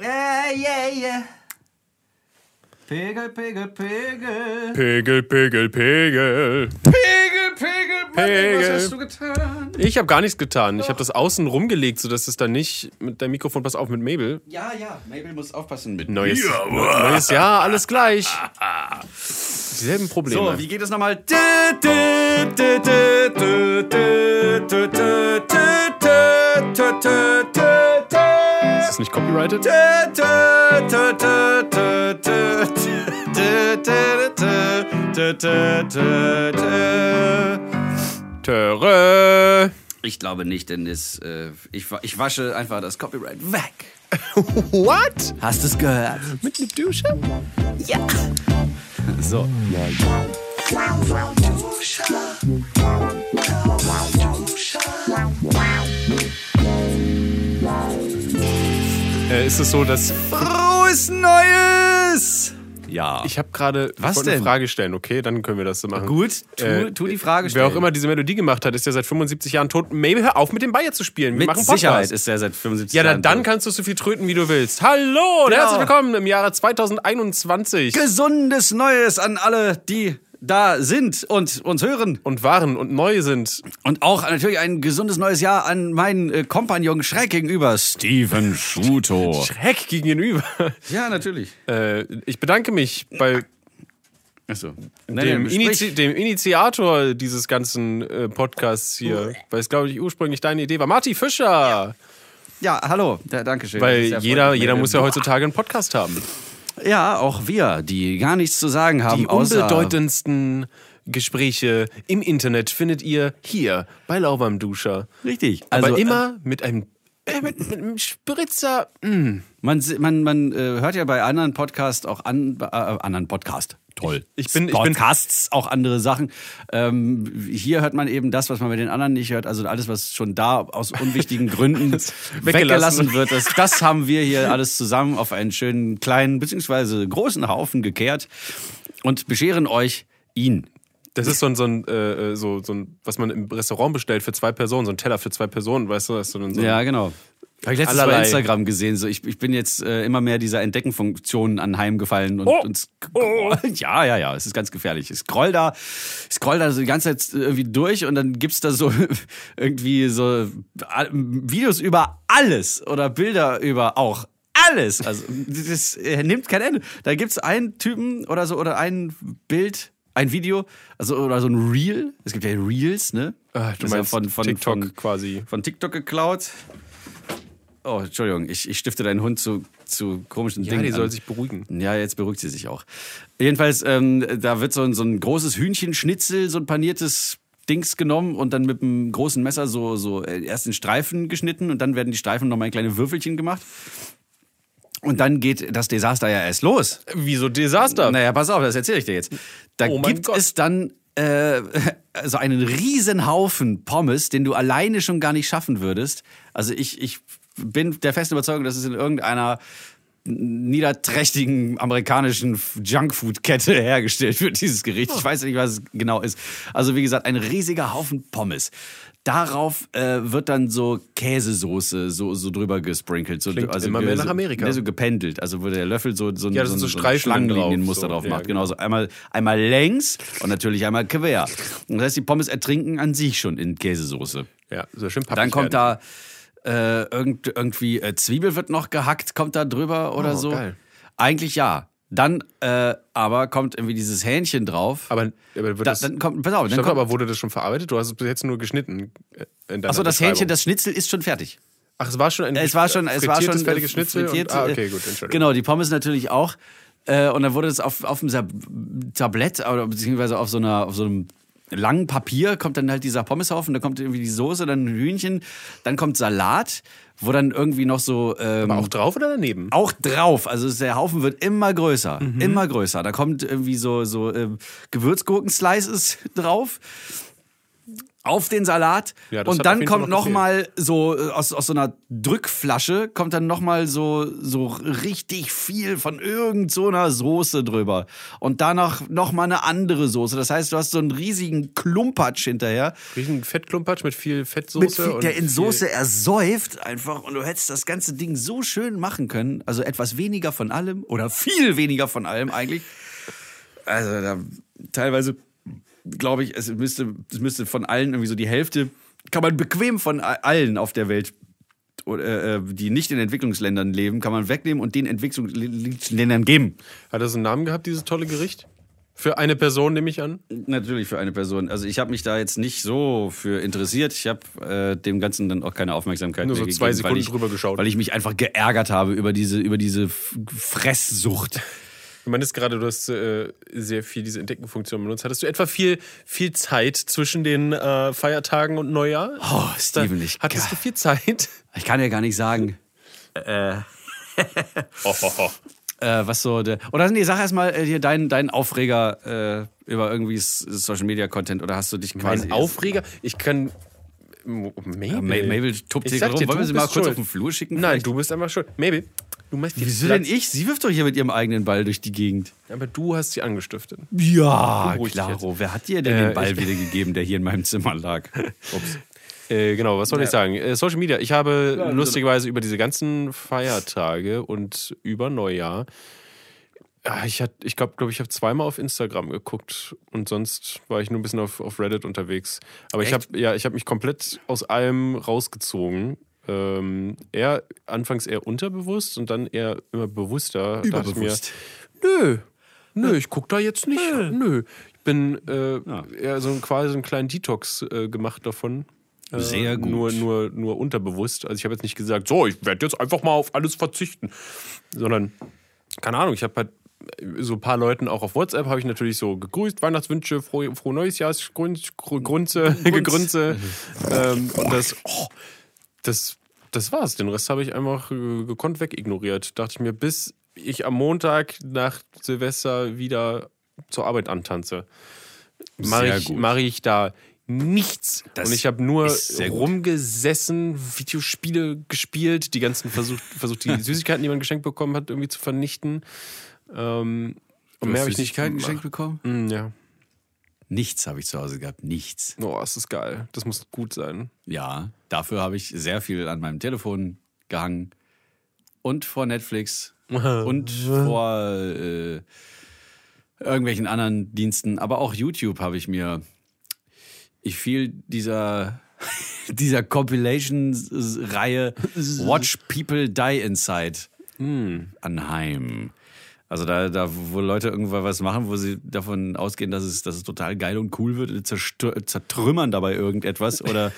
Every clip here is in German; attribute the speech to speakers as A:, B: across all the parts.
A: yeah, yeah, yeah. Pegel, Pegel, Pegel.
B: Pegel, Pegel, Pegel.
A: Pegel, Pegel, Mann, ey, was
B: Pegel.
A: hast du getan?
B: Ich habe gar nichts getan. Ich habe das außen rumgelegt, sodass es dann nicht mit deinem Mikrofon, pass auf, mit Mabel.
A: Ja, ja, Mabel muss aufpassen mit.
B: Neues, neues Jahr, alles gleich. Dieselben Probleme.
A: So, wie geht es nochmal? Dö, dö, dö, dö, dö, dö, dö, dö, dö, dö, dö, dö, dö.
B: ist das nicht copyrighted? Töre.
A: Ich glaube nicht, denn es, äh, ich, wa- ich wasche einfach das Copyright weg.
B: What?
A: Hast du es gehört?
B: Mit einer Dusche?
A: So.
B: Äh, ist es so, dass
A: Frohes Neues! Ja.
B: ich habe gerade
A: Was
B: wollte eine
A: denn?
B: Frage stellen, okay, dann können wir das so machen.
A: Gut, tu,
B: Äh,
A: tu die Frage
B: Wer
A: stellen.
B: auch immer diese Melodie gemacht hat, ist ja seit 75 Jahren tot. Mabel, hör auf mit dem Bayer zu spielen. Wir
A: Mit
B: machen Podcast.
A: Sicherheit ist er seit 75
B: Ja, dann,
A: Jahren.
B: dann
A: tot.
B: kannst du so viel tröten, wie du willst. Hallo und
A: Genau.
B: herzlich willkommen im Jahre 2021.
A: Gesundes Neues an alle, die da sind und uns hören.
B: und waren und neu sind.
A: Und auch natürlich ein gesundes neues Jahr an meinen äh, Kompagnon schräg gegenüber, Steven Schuto.
B: Heck gegenüber.
A: ja, natürlich.
B: Äh, ich bedanke mich bei
A: Achso.
B: dem, Initi dem Initiator dieses ganzen äh, Podcasts hier, weil es, glaube ich, ursprünglich deine Idee war. Marty Fischer.
A: Ja, hallo. Ja, danke schön. Das
B: Weil
A: ist sehr
B: jeder,
A: freundlich.
B: jeder muss ja heutzutage einen Podcast haben.
A: Ja, auch wir, die gar nichts zu sagen haben,
B: Die
A: außer...
B: unbedeutendsten Gespräche im Internet findet ihr hier bei Lauwarm Duscher.
A: Richtig.
B: Aber
A: Also,
B: immer mit einem, äh, mit, mit einem Spritzer. Mm.
A: Man, se- man, man äh, hört ja bei anderen Podcasts auch an, äh, anderen Podcast. Toll.
B: Ich bin- ich bin-
A: Podcasts, auch andere Sachen. Ähm, hier hört man eben das, was man bei den anderen nicht hört. Also alles, was schon da aus unwichtigen Gründen weggelassen.
B: weggelassen
A: wird. Das, das haben wir hier alles zusammen auf einen schönen kleinen beziehungsweise großen Haufen gekehrt und bescheren euch ihn.
B: Das ist so ein, so ein, äh, so, so ein, was man im Restaurant bestellt für zwei Personen, so ein Teller für zwei Personen, weißt du, hast du dann so.
A: Ja, genau. Habe ich letztens
B: Allerlei.
A: bei Instagram gesehen. So, ich, ich bin jetzt äh, immer mehr dieser Entdeckenfunktion anheimgefallen und,
B: Oh.
A: und ja, ja, ja, es ist ganz gefährlich. Ich scroll da, ich scroll da so die ganze Zeit irgendwie durch und dann gibt's da so irgendwie so a- Videos über alles oder Bilder über auch alles. Also das äh, nimmt kein Ende. Da gibt's einen Typen oder so oder ein Bild, ein Video, also oder so ein Reel. Es gibt ja Reels, ne?
B: Ah,
A: Das
B: du
A: ist
B: meinst von, TikTok quasi.
A: von TikTok geklaut. Oh, Entschuldigung, ich, ich stifte deinen Hund zu, zu komischen
B: Ja,
A: Dingen.
B: die soll
A: an.
B: sich beruhigen.
A: Ja, jetzt beruhigt sie sich auch. Jedenfalls, ähm, da wird so ein, so ein großes Hühnchenschnitzel, so ein paniertes Dings genommen und dann mit einem großen Messer so, so äh, erst in Streifen geschnitten und dann werden die Streifen nochmal in kleine Würfelchen gemacht. Und dann geht das Desaster ja erst los.
B: Wieso Desaster?
A: Naja, pass auf, das erzähle ich dir jetzt. Da
B: Oh mein
A: gibt
B: Gott.
A: es dann äh, so einen riesen Haufen Pommes, den du alleine schon gar nicht schaffen würdest. Also ich, ich bin der festen Überzeugung, dass es in irgendeiner niederträchtigen amerikanischen Junkfood-Kette hergestellt wird, dieses Gericht. Ich weiß nicht, was es genau ist. Also wie gesagt, ein riesiger Haufen Pommes. Darauf äh, wird dann so Käsesoße so, so drüber gesprinkelt. So,
B: Klingt
A: also
B: immer mehr
A: so,
B: nach Amerika.
A: Nee, so gependelt. Also wo der Löffel so, so,
B: Ja, das
A: so,
B: sind
A: so
B: so
A: ein
B: Streifen
A: Schlangenlinienmuster
B: drauf,
A: drauf,
B: so. Ja,
A: macht. genau, so einmal, einmal längs und natürlich einmal quer. Und das heißt, die Pommes ertrinken an sich schon in Käsesoße.
B: Ja, so schön pappig
A: Dann kommt
B: werden.
A: da äh, irgend, irgendwie äh, Zwiebel wird noch gehackt, kommt da drüber oder
B: Oh,
A: so.
B: geil.
A: Eigentlich ja. Dann äh, aber kommt irgendwie dieses Hähnchen drauf.
B: Aber, aber wird
A: da,
B: das,
A: dann kommt, pass auf, dann
B: Stopp,
A: kommt,
B: aber wurde das schon verarbeitet? Du hast es bis jetzt nur geschnitten. äh, in deiner
A: achso, das Hähnchen,
B: Beschreibung.
A: das Schnitzel ist schon fertig.
B: Ach, es war schon ein
A: Es war schon, es war
B: frittiertes,
A: schon
B: fertiges Schnitzel.
A: frittiert,
B: und, ah,
A: äh,
B: okay, gut, Entschuldigung.
A: Genau, die Pommes natürlich auch. Äh, Und dann wurde das auf, auf einem Sab- Tablett oder beziehungsweise auf so einer, auf so einem langen Papier kommt dann halt dieser Pommeshaufen, dann kommt irgendwie die Soße, dann Hühnchen, dann kommt Salat, wo dann irgendwie noch so ähm,
B: Aber auch drauf oder daneben?
A: auch drauf. Also es- der Haufen wird immer größer,
B: Mhm.
A: immer größer. Da kommt irgendwie so, so ähm, Gewürzgurken-Slices drauf. auf den Salat
B: Ja, das
A: und
B: hat auf
A: dann
B: jeden Fall
A: kommt
B: noch
A: noch mal so äh, aus, aus so einer Drückflasche kommt dann noch mal so so richtig viel von irgend so einer Soße drüber und danach noch mal eine andere Soße. Das heißt, du hast so einen riesigen Klumpatsch hinterher,
B: Riesen Fettklumpatsch mit viel Fettsoße.
A: mit viel,
B: und
A: der in
B: viel-
A: Soße ersäuft einfach und du hättest das ganze Ding so schön machen können, also etwas weniger von allem oder viel weniger von allem eigentlich. Also da teilweise glaube ich, es müsste es müsste von allen irgendwie so die Hälfte kann man bequem von a- allen auf der Welt oder, äh, die nicht in Entwicklungsländern leben, kann man wegnehmen und den Entwicklungsländern geben.
B: Hat das einen Namen gehabt, dieses tolle Gericht? Für eine Person nehme ich an.
A: Natürlich für eine Person. Also ich habe mich da jetzt nicht so für interessiert. Ich habe äh, dem Ganzen dann auch keine Aufmerksamkeit
B: Nur
A: mehr
B: so
A: gegeben,
B: zwei Sekunden
A: weil ich,
B: drüber geschaut.
A: weil ich mich einfach geärgert habe über diese über diese F- Fresssucht.
B: Du meinst gerade, du hast äh, sehr viel diese Entdeckenfunktion benutzt. Hattest du etwa viel, viel Zeit zwischen den äh, Feiertagen und Neujahr?
A: Oh, Steven, ich, kann,
B: Hattest du viel Zeit?
A: ich kann ja gar nicht sagen,
B: Äh, Oh, oh, oh.
A: äh, was so der oder nee, sag erstmal äh, hier deinen deinen Aufreger äh, über irgendwie S- Social Media Content oder hast du dich quasi
B: Ein Aufreger? Ich kann. M- Mabel.
A: Ma- Mabel tuppt
B: Ich
A: hier
B: sag
A: rum.
B: dir,
A: Wollen
B: du
A: wir sie mal
B: bist
A: kurz
B: schuld.
A: auf den Flur schicken?
B: Nein, du bist einfach schuld. Mabel, du machst die
A: Wieso denn ich? Sie wirft doch hier mit ihrem eigenen Ball durch die Gegend.
B: Aber du hast sie angestiftet.
A: Ja,
B: Beruhig dich
A: klaro. Wer hat dir denn
B: Äh,
A: den Ball
B: ich-
A: wiedergegeben, der hier in meinem Zimmer lag? Ups.
B: Äh, genau, was soll ich sagen? Äh, Social Media. Ich habe
A: also-
B: lustigerweise über diese ganzen Feiertage und über Neujahr. ah, Ich glaube, ich glaube, glaub, ich habe zweimal auf Instagram geguckt und sonst war ich nur ein bisschen auf, auf Reddit unterwegs. Aber ich
A: Echt?
B: habe ja, ich habe mich komplett aus allem rausgezogen. Ähm, eher anfangs eher unterbewusst und dann eher immer bewusster. dachte ich mir,
A: Überbewusst.
B: Nö, nö, ich guck da jetzt nicht. Nö. Ich bin äh, eher so ein, quasi so einen kleinen Detox äh, gemacht davon. Äh,
A: Sehr gut.
B: Nur, nur, nur unterbewusst. Also ich habe jetzt nicht gesagt, so, ich werde jetzt einfach mal auf alles verzichten. Sondern, keine Ahnung, ich habe halt so ein paar Leuten auch auf WhatsApp habe ich natürlich so gegrüßt, Weihnachtswünsche, frohe, frohe neues Jahr, Grunz, Gru- Grunze, Gegrunze. ähm, und das, oh, das, das war's. Den Rest habe ich einfach äh, gekonnt wegignoriert. Dachte ich mir, bis ich am Montag nach Silvester wieder zur Arbeit antanze. Mache
A: Sehr
B: ich,
A: gut.
B: mach ich da nichts.
A: Das
B: Und ich habe nur
A: ist sehr gut.
B: rumgesessen, Videospiele gespielt, die ganzen versucht, versucht die Süßigkeiten, die man geschenkt bekommen hat, irgendwie zu vernichten. Ähm, und mehr habe ich nicht gemacht.
A: bekommen?
B: Mm, ja.
A: Nichts habe ich zu Hause gehabt, nichts.
B: Oh, das ist geil. Das muss gut sein.
A: Ja, dafür habe ich sehr viel an meinem Telefon gehangen und vor Netflix und vor äh, irgendwelchen anderen Diensten, aber auch YouTube habe ich mir. Ich fiel dieser dieser Compilation-Reihe Watch People Die Inside anheim. Also da, da, wo Leute irgendwann was machen, wo sie davon ausgehen, dass es, dass es total geil und cool wird, zerstö- zertrümmern dabei irgendetwas oder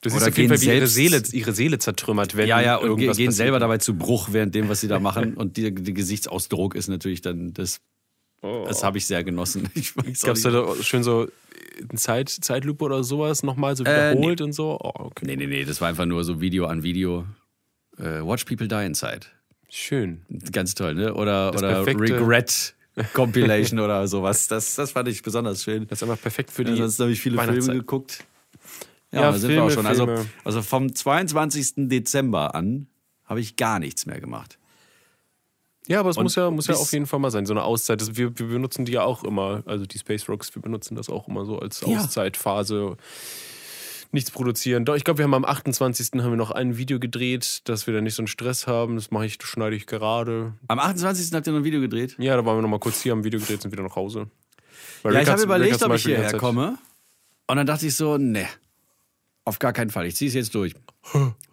B: Du siehst
A: Oder
B: auf jeden Fall,
A: gehen
B: wie ihre Seele,
A: selbst-
B: ihre Seele zertrümmert werden.
A: Ja, ja, und ge- gehen
B: irgendwas passiert.
A: selber dabei zu Bruch während dem, was sie da machen. Und der der Gesichtsausdruck ist natürlich dann, das,
B: Oh.
A: das habe ich sehr genossen. Ich weiß auch
B: Gab es
A: nicht.
B: da doch schön so äh, eine Zeit, Zeitlupe oder sowas nochmal so
A: Äh,
B: wiederholt und so? Oh, okay.
A: Nee, nee, nee, das war einfach nur so Video an Video. Äh, Watch People Die Inside.
B: Schön.
A: Ganz toll, ne? Oder, oder
B: perfekte-
A: Regret Compilation oder sosowas. Das, das fand ich besonders schön.
B: Das ist einfach perfekt für die.
A: Ansonsten habe ich viele Filme
B: Weihnachtszeit.
A: geguckt. Ja,
B: Ja,
A: da sind wir auch
B: Filme,
A: schon. Also,
B: Filme.
A: also vom 22. Dezember an habe ich gar nichts mehr gemacht.
B: ja, aber es muss ja, muss ja
A: bis-
B: auf jeden Fall mal sein, so eine Auszeit. Das, wir, wir benutzen die ja auch immer, also die Space Rocks, wir benutzen das auch immer so als
A: Ja.
B: Auszeitphase. Nichts produzieren. Doch, ich glaube, wir haben am 28. haben wir noch ein Video gedreht, dass wir da nicht so einen Stress haben. Das mache ich, das schneide ich gerade.
A: Am 28. habt ihr noch ein Video gedreht?
B: Ja, da waren wir nochmal kurz hier, haben ein Video gedreht, sind wieder nach Hause. Weil
A: Ja,
B: Rick
A: ich habe
B: hat- Rick hat
A: überlegt, ob
B: zum
A: ich
B: Beispiel die
A: hierher
B: ganze Zeit-
A: komme. Und dann dachte ich so, ne, auf gar keinen Fall. Ich ziehe es jetzt durch.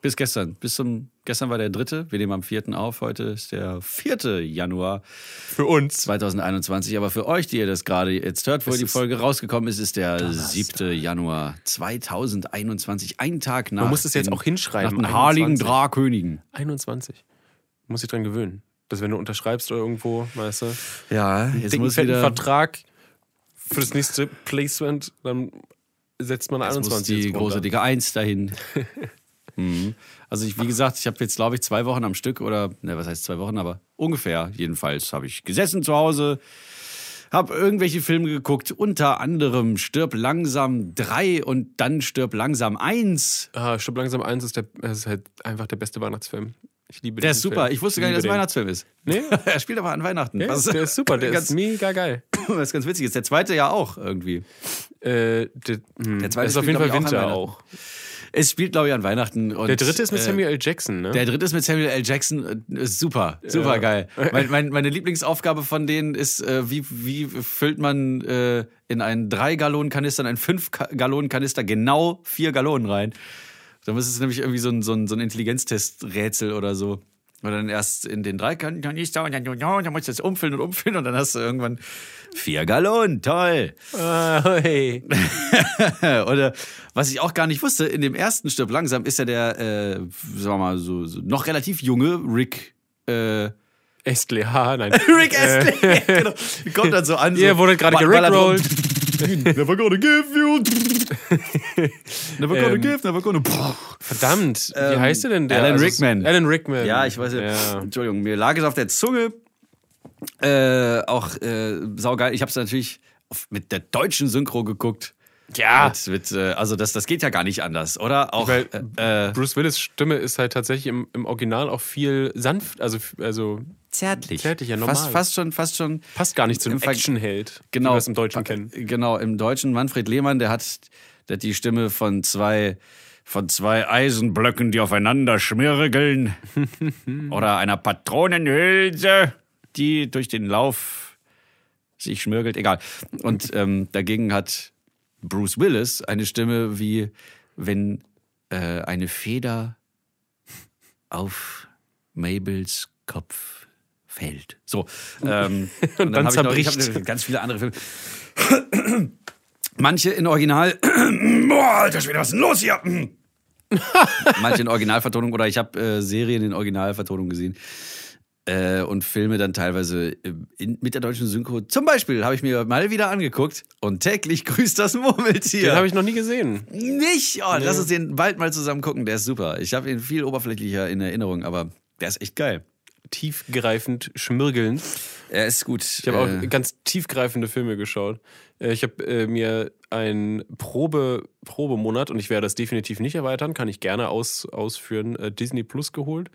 A: Bis gestern. Bis zum gestern war der dritte. Wir nehmen am vierten auf. Heute ist der vierte Januar
B: Für uns.
A: 2021. Aber für euch, die ihr das gerade jetzt hört, wo die Folge rausgekommen ist, ist der siebte Januar 2021. Ein Tag nach.
B: muss es jetzt
A: den-
B: auch hinschreiben,
A: Nach den Heiligen
B: 21.
A: Drahkönigen.
B: 21. Muss ich dran gewöhnen. Dass wenn du unterschreibst oder irgendwo, weißt du,
A: Ja, jetzt
B: dicken
A: muss
B: fetten
A: wieder.
B: Vertrag für das nächste Placement, dann setzt man
A: Jetzt muss
B: 21
A: die
B: jetzt
A: große
B: runter.
A: dicke Eins dahin. mhm. Also ich, wie gesagt, ich habe jetzt, glaube ich, zwei Wochen am Stück oder, ne, was heißt zwei Wochen, aber ungefähr jedenfalls habe ich gesessen zu Hause, habe irgendwelche Filme geguckt, unter anderem Stirb langsam 3 und dann Stirb langsam 1.
B: Ah, Stopp langsam eins ist, der, es ist halt einfach der beste Weihnachtsfilm. Ich liebe
A: Der
B: diesen
A: ist super.
B: Film.
A: Ich wusste gar nicht, dass
B: liebe
A: es ein Weihnachtsfilm ist.
B: Nee.
A: er spielt aber an Weihnachten.
B: den.
A: Was-
B: Ja, der ist super, der
A: ganz,
B: ist mega geil.
A: was ganz witzig ist. Der zweite ja auch irgendwie.
B: Äh, der, hm,
A: Der zweite
B: ist auf
A: spielt,
B: jeden
A: glaub
B: Fall
A: ich, auch
B: Winter
A: an
B: auch.
A: Es spielt, glaube ich, an Weihnachten. Und,
B: Der dritte ist mit
A: äh,
B: Samuel L. Jackson, ne?
A: Der dritte ist mit Samuel L. Jackson äh, ist super, super
B: Ja.
A: geil. Mein, mein, meine Lieblingsaufgabe von denen ist, äh, wie, wie füllt man äh, in einen 3-Gallonen-Kanister, in einen 5-Gallonen-Kanister genau 4 Gallonen rein. Dann ist es nämlich irgendwie so ein, so ein, so ein Intelligenztesträtsel oder so. Und dann erst in den drei Kanister und dann, und dann musst du es umfüllen und umfüllen und dann hast du irgendwann vier Gallonen, toll.
B: Ah, hey.
A: Oder was ich auch gar nicht wusste, in dem ersten Stirb langsam ist ja der, äh, sagen wir mal, so, so noch relativ junge Rick. Äh,
B: Astley, ha, nein. Äh,
A: Rick Astley, genau. Kommt dann so an. So,
B: Ihr wurdet gerade
A: ball- ballert rum.
B: gerickrollt.
A: Never gonna give you. never gonna
B: Ähm.
A: give, never gonna.
B: Verdammt, wie
A: Ähm,
B: heißt der denn der?
A: Alan
B: Also,
A: Rickman.
B: Alan Rickman.
A: Ja, ich weiß ja.
B: ja.
A: Entschuldigung, mir lag es auf der Zunge. Äh, auch äh, saugeil. Ich habe es natürlich auf, mit der deutschen Synchro geguckt.
B: Ja,
A: Mit, mit, äh, also das, das geht ja gar nicht anders, oder? Auch
B: Weil
A: äh, äh,
B: Bruce Willis Stimme ist halt tatsächlich im, im Original auch viel sanft, also, also
A: zärtlich.
B: Zärtlich, ja,
A: Fast,
B: normal.
A: fast schon, fast schon.
B: passt gar nicht zu einem
A: Im Ver-
B: Actionheld,
A: Genau.
B: wie wir es im Deutschen kennen.
A: Genau, im Deutschen Manfred Lehmann, der hat, der hat die Stimme von zwei, von zwei Eisenblöcken, die aufeinander schmirgeln. oder einer Patronenhülse, die durch den Lauf sich schmirgelt. Egal. Und ähm, dagegen hat Bruce Willis eine Stimme wie wenn äh, eine Feder auf Mabels Kopf fällt. So. Ähm, und dann,
B: dann
A: hab ich noch- ich
B: zerbricht.
A: hab ganz viele andere Filme. Manche in Original. Boah, Alter Schwede, was ist denn los hier? Manche in Originalvertonung oder ich habe äh, Serien in Originalvertonung gesehen. Äh, und Filme dann teilweise äh, in, mit der deutschen Synchro. Zum Beispiel habe ich mir mal wieder angeguckt und täglich grüßt das Murmeltier.
B: Den habe ich noch nie gesehen.
A: Nicht? Oh, lass uns den bald mal zusammen gucken. Der ist super. Ich habe ihn viel oberflächlicher in Erinnerung, aber der ist echt geil.
B: Tiefgreifend schmirgelnd.
A: Er ist gut. Äh,
B: Ich habe auch ganz tiefgreifende Filme geschaut. Äh, Ich habe äh, mir einen Probe, Probemonat, und ich werde das definitiv nicht erweitern, kann ich gerne aus, ausführen, äh, Disney Plus geholt.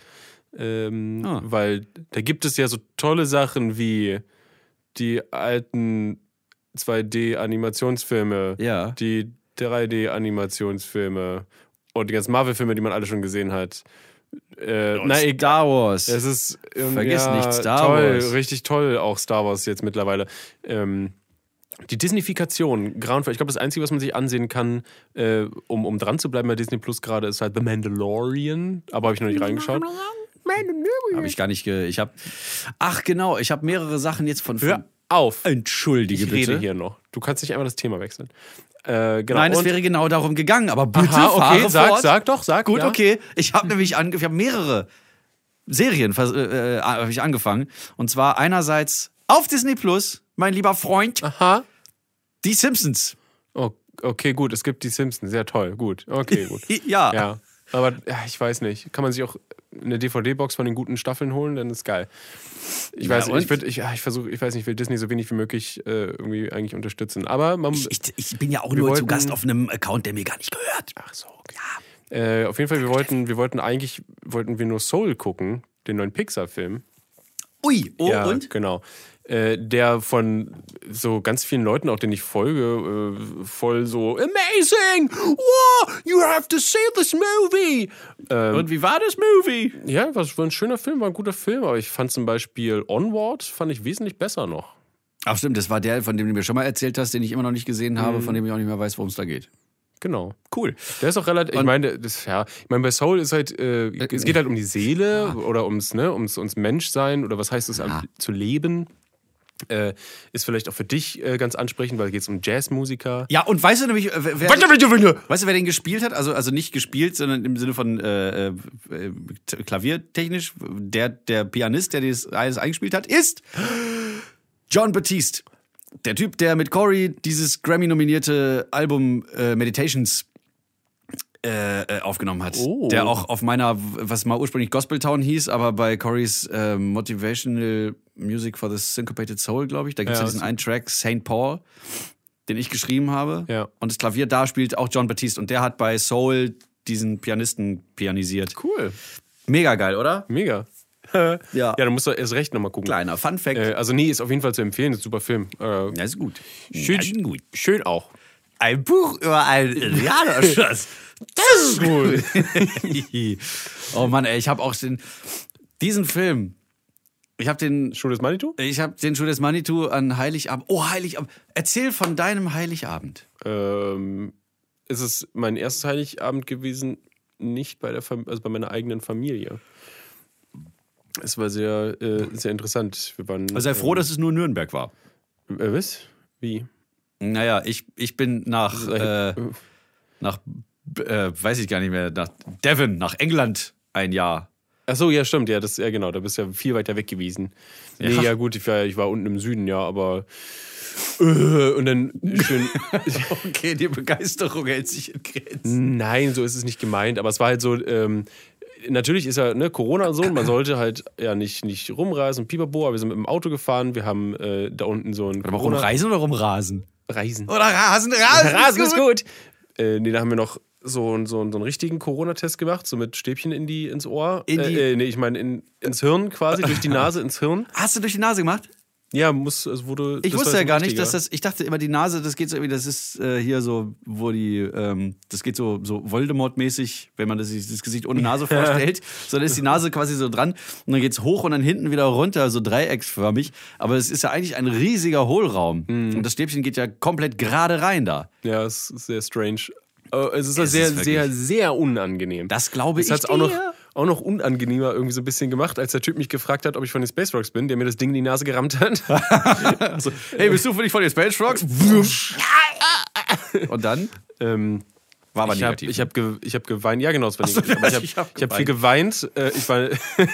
B: Ähm,
A: Ah.
B: Weil da gibt es ja so tolle Sachen wie die alten 2D-Animationsfilme,
A: Ja.
B: die 3D-Animationsfilme und die ganzen Marvel-Filme, die man alle schon gesehen hat. Äh, na, egal.
A: Star Wars.
B: Es ist ähm,
A: Vergiss
B: ja,
A: nicht, Star
B: toll,
A: Wars.
B: richtig toll, auch Star Wars jetzt mittlerweile. Ähm, die Disneyfikation, grauenvoll. Ich glaube, das Einzige, was man sich ansehen kann, äh, um, um dran zu bleiben bei Disney Plus gerade, ist halt The Mandalorian. Aber habe ich noch nicht reingeschaut.
A: Habe ich gar nicht. Ge ich habe. Ach genau. Ich habe mehrere Sachen jetzt von.
B: Hör auf,
A: Entschuldige
B: ich
A: bitte.
B: rede hier noch. Du kannst nicht einmal das Thema wechseln. Äh, genau.
A: Nein, es
B: und-
A: wäre genau darum gegangen. Aber bitte
B: Aha,
A: fahre
B: okay, sag,
A: fort.
B: sag doch, sag.
A: Gut,
B: ja.
A: okay. Ich habe nämlich ange ich hab mehrere Serien vers- äh, äh, hab ich angefangen. Und zwar einerseits auf Disney Plus, mein lieber Freund,
B: Aha.
A: die Simpsons.
B: Oh, okay, gut, es gibt die Simpsons. Sehr toll, gut. Okay, gut.
A: Ja.
B: Ja, aber ja, ich weiß nicht. Kann man sich auch eine DVD-Box von den guten Staffeln holen, dann ist geil. Ich
A: Ja,
B: weiß
A: und?
B: nicht, ich, würd- ich, ja, ich versuche, ich weiß nicht, ich will Disney so wenig wie möglich äh, irgendwie eigentlich unterstützen. Aber man.
A: Ich, ich bin ja auch
B: Wir
A: nur zu
B: wollten-
A: Gast auf einem Account, der mir gar nicht gehört.
B: ach so, okay. Äh, auf jeden Fall, wir wollten, wir wollten eigentlich, wollten wir nur Soul gucken, den neuen Pixar-Film.
A: Ui, oh
B: ja,
A: und?
B: Genau. Äh, der von so ganz vielen Leuten, auch denen ich folge, äh, voll so Amazing! Wow, you have to see this movie!
A: Und wie war das Movie?
B: Ja, was war ein schöner Film, war ein guter Film, aber ich fand zum Beispiel Onward fand ich wesentlich besser noch.
A: Ach stimmt, das war der, von dem du mir schon mal erzählt hast, den ich immer noch nicht gesehen habe, von dem ich auch nicht mehr weiß, worum es da geht.
B: Genau.
A: Cool.
B: Der ist auch relativ. Ich meine, das, ja, ich meine, bei Soul ist halt, äh, es geht halt um die Seele oder ums, ne, ums, ums Menschsein oder was heißt es, am- zu leben. Äh, ist vielleicht auch für dich äh, ganz ansprechend, weil geht es um Jazzmusiker.
A: Ja, und weißt du nämlich, äh, wer, wer,
B: Ja.
A: weißt du, wer den gespielt hat? Also, also nicht gespielt, sondern im Sinne von äh, äh, äh, t- klaviertechnisch. Der, der Pianist, der das alles eingespielt hat, ist John Batiste. Der Typ, der mit Corey dieses Grammy-nominierte Album äh, Meditations äh, äh, aufgenommen hat.
B: Oh.
A: Der auch auf meiner, was mal ursprünglich Gospel Town hieß, aber bei Corys äh, Motivational Music for the Syncopated Soul, glaube ich. Da gibt es
B: Ja,
A: ja diesen
B: das-
A: einen Track, St. Paul, den ich geschrieben habe.
B: Ja.
A: Und das Klavier da spielt auch John Batiste. Und der hat bei Soul diesen Pianisten pianisiert.
B: Cool.
A: Mega geil, oder?
B: Mega.
A: Ja.
B: Ja, du musst doch erst recht nochmal gucken.
A: Kleiner Fun Fact.
B: Äh, also, nee, ist auf jeden Fall zu empfehlen. Ist ein super Film. Äh,
A: Ja, ist gut.
B: schön,
A: Ja, gut.
B: schön auch.
A: Ein Buch über einen Indianerschloss. Das ist cool. oh Mann, ey, ich habe auch den, diesen Film. Ich habe den,
B: Schule des Manitou?
A: ich habe den Schuh des Manitou an Heiligabend. Oh Heiligabend. Erzähl von deinem Heiligabend.
B: Ähm, ist es mein erstes Heiligabend gewesen, nicht bei der Fam also bei meiner eigenen Familie. Es war sehr, äh, sehr interessant. Wir waren.
A: Also
B: ähm,
A: Sei froh, dass es nur Nürnberg war.
B: Äh, was? Wie?
A: Naja, ich, ich bin nach, äh,
B: Äh,
A: nach, äh, weiß ich gar nicht mehr, nach Devon, nach England ein Jahr.
B: Ach so, ja, stimmt, ja, das, ja, genau, da bist du ja viel weiter weg gewesen. Ja, nee, ja gut, ich war, ich war unten im Süden, ja, aber. Äh, und dann schön.
A: Okay, die Begeisterung hält sich in Grenzen.
B: Nein, so ist es nicht gemeint, aber es war halt so, ähm, natürlich ist ja ne, Corona und so, und man sollte halt ja nicht, nicht rumreisen, pipapo, aber wir sind mit dem Auto gefahren, wir haben äh, da unten so ein
A: Aber rumreisen oder rumrasen?
B: Reisen.
A: Oder rasen, rasen,
B: Rasen ist gut! Äh, nee, da haben wir noch so, einen- so, einen- so einen richtigen Corona-Test gemacht, so mit Stäbchen in die, ins Ohr.
A: In die-
B: äh, äh, nee, ich meine in, ins Hirn quasi, durch die Nase ins Hirn.
A: Hast du durch die Nase gemacht?
B: Ja, muss, es wurde.
A: Ich
B: das
A: wusste
B: war
A: ja
B: so
A: gar nicht,
B: wichtiger.
A: dass das. Ich dachte immer, die Nase, das geht so irgendwie, das ist äh, hier so, wo die, ähm, das geht so, so Voldemort-mäßig, wenn man das, sich das Gesicht ohne Nase vorstellt. So, dann ist die Nase quasi so dran und dann geht's hoch und dann hinten wieder runter, so dreiecksförmig. Aber es ist ja eigentlich ein riesiger Hohlraum. Und das Stäbchen geht ja komplett gerade rein da.
B: Ja, es ist sehr strange. Äh, es ist, auch
A: Es
B: sehr,
A: ist wirklich-
B: sehr, sehr unangenehm.
A: Das glaube ich
B: Das hat es auch noch,
A: dir.
B: auch noch unangenehmer irgendwie so ein bisschen gemacht, als der Typ mich gefragt hat, ob ich von den Space Rocks bin, der mir das Ding in die Nase gerammt hat. also,
A: Hey, bist du für dich von den Space Frogs? und dann
B: ähm,
A: war aber
B: ich habe
A: negativ. ne?
B: ich hab ge, ich hab geweint. Ja, genau, es war negativ. Aber ich
A: ich
B: habe
A: hab
B: ich hab viel geweint. Äh, ich war,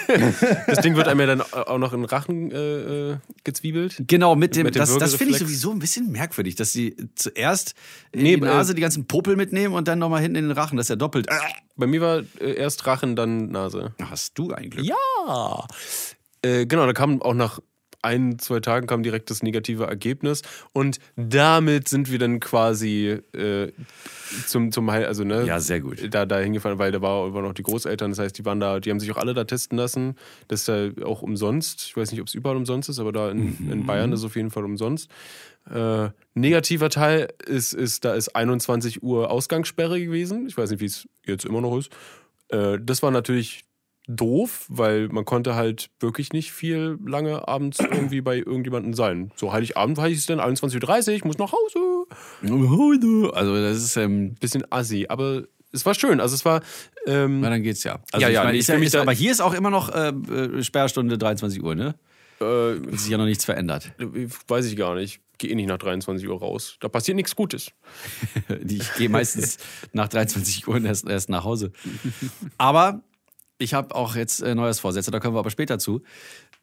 B: das Ding wird einem ja dann auch noch in den Rachen äh, äh, gezwiebelt.
A: Genau, mit dem,
B: Mit dem
A: das, das finde ich
B: Würgereflex.
A: sowieso ein bisschen merkwürdig, dass sie zuerst in
B: Nee,
A: die
B: äh,
A: Nase die ganzen Popel mitnehmen und dann nochmal hinten in den Rachen, das ist ja doppelt. Äh,
B: Bei mir war äh, erst Rachen, dann Nase.
A: Hast du ein Glück.
B: Ja. Äh, genau, da kam auch nach ein, zwei Tagen kam direkt das negative Ergebnis. Und damit sind wir dann quasi äh, zum, zum Heil, also ne?
A: Ja, sehr gut.
B: Da, da hingefahren, weil da war, waren auch die Großeltern, das heißt, die waren da, die haben sich auch alle da testen lassen. Das ist ja auch umsonst. Ich weiß nicht, ob es überall umsonst ist, aber da
A: Mhm.
B: in, in Bayern ist es auf jeden Fall umsonst. Äh, negativer Teil ist, ist, da ist 21 Uhr Ausgangssperre gewesen. Ich weiß nicht, wie es jetzt immer noch ist. Äh, das war natürlich doof, weil man konnte halt wirklich nicht viel lange abends irgendwie bei irgendjemandem sein. So Heiligabend heißt es dann 21.30 Uhr, muss nach Hause.
A: Also das ist, ähm,
B: Bisschen assi, aber es war schön. Also es war, ähm,
A: na dann geht's ja. Also
B: Ja,
A: ich
B: ja,
A: meine,
B: nee,
A: ist
B: ich fühl mich
A: ist,
B: da-
A: aber hier ist auch immer noch äh, äh, Sperrstunde 23 Uhr, ne?
B: äh,
A: Hat sich ja noch nichts verändert.
B: weiß ich gar nicht, gehe eh nicht nach 23 Uhr raus. Da passiert nichts Gutes.
A: Ich gehe meistens nach 23 Uhr erst, erst nach Hause. Aber ich habe auch jetzt äh, Neujahrsvorsätze, da kommen wir aber später zu.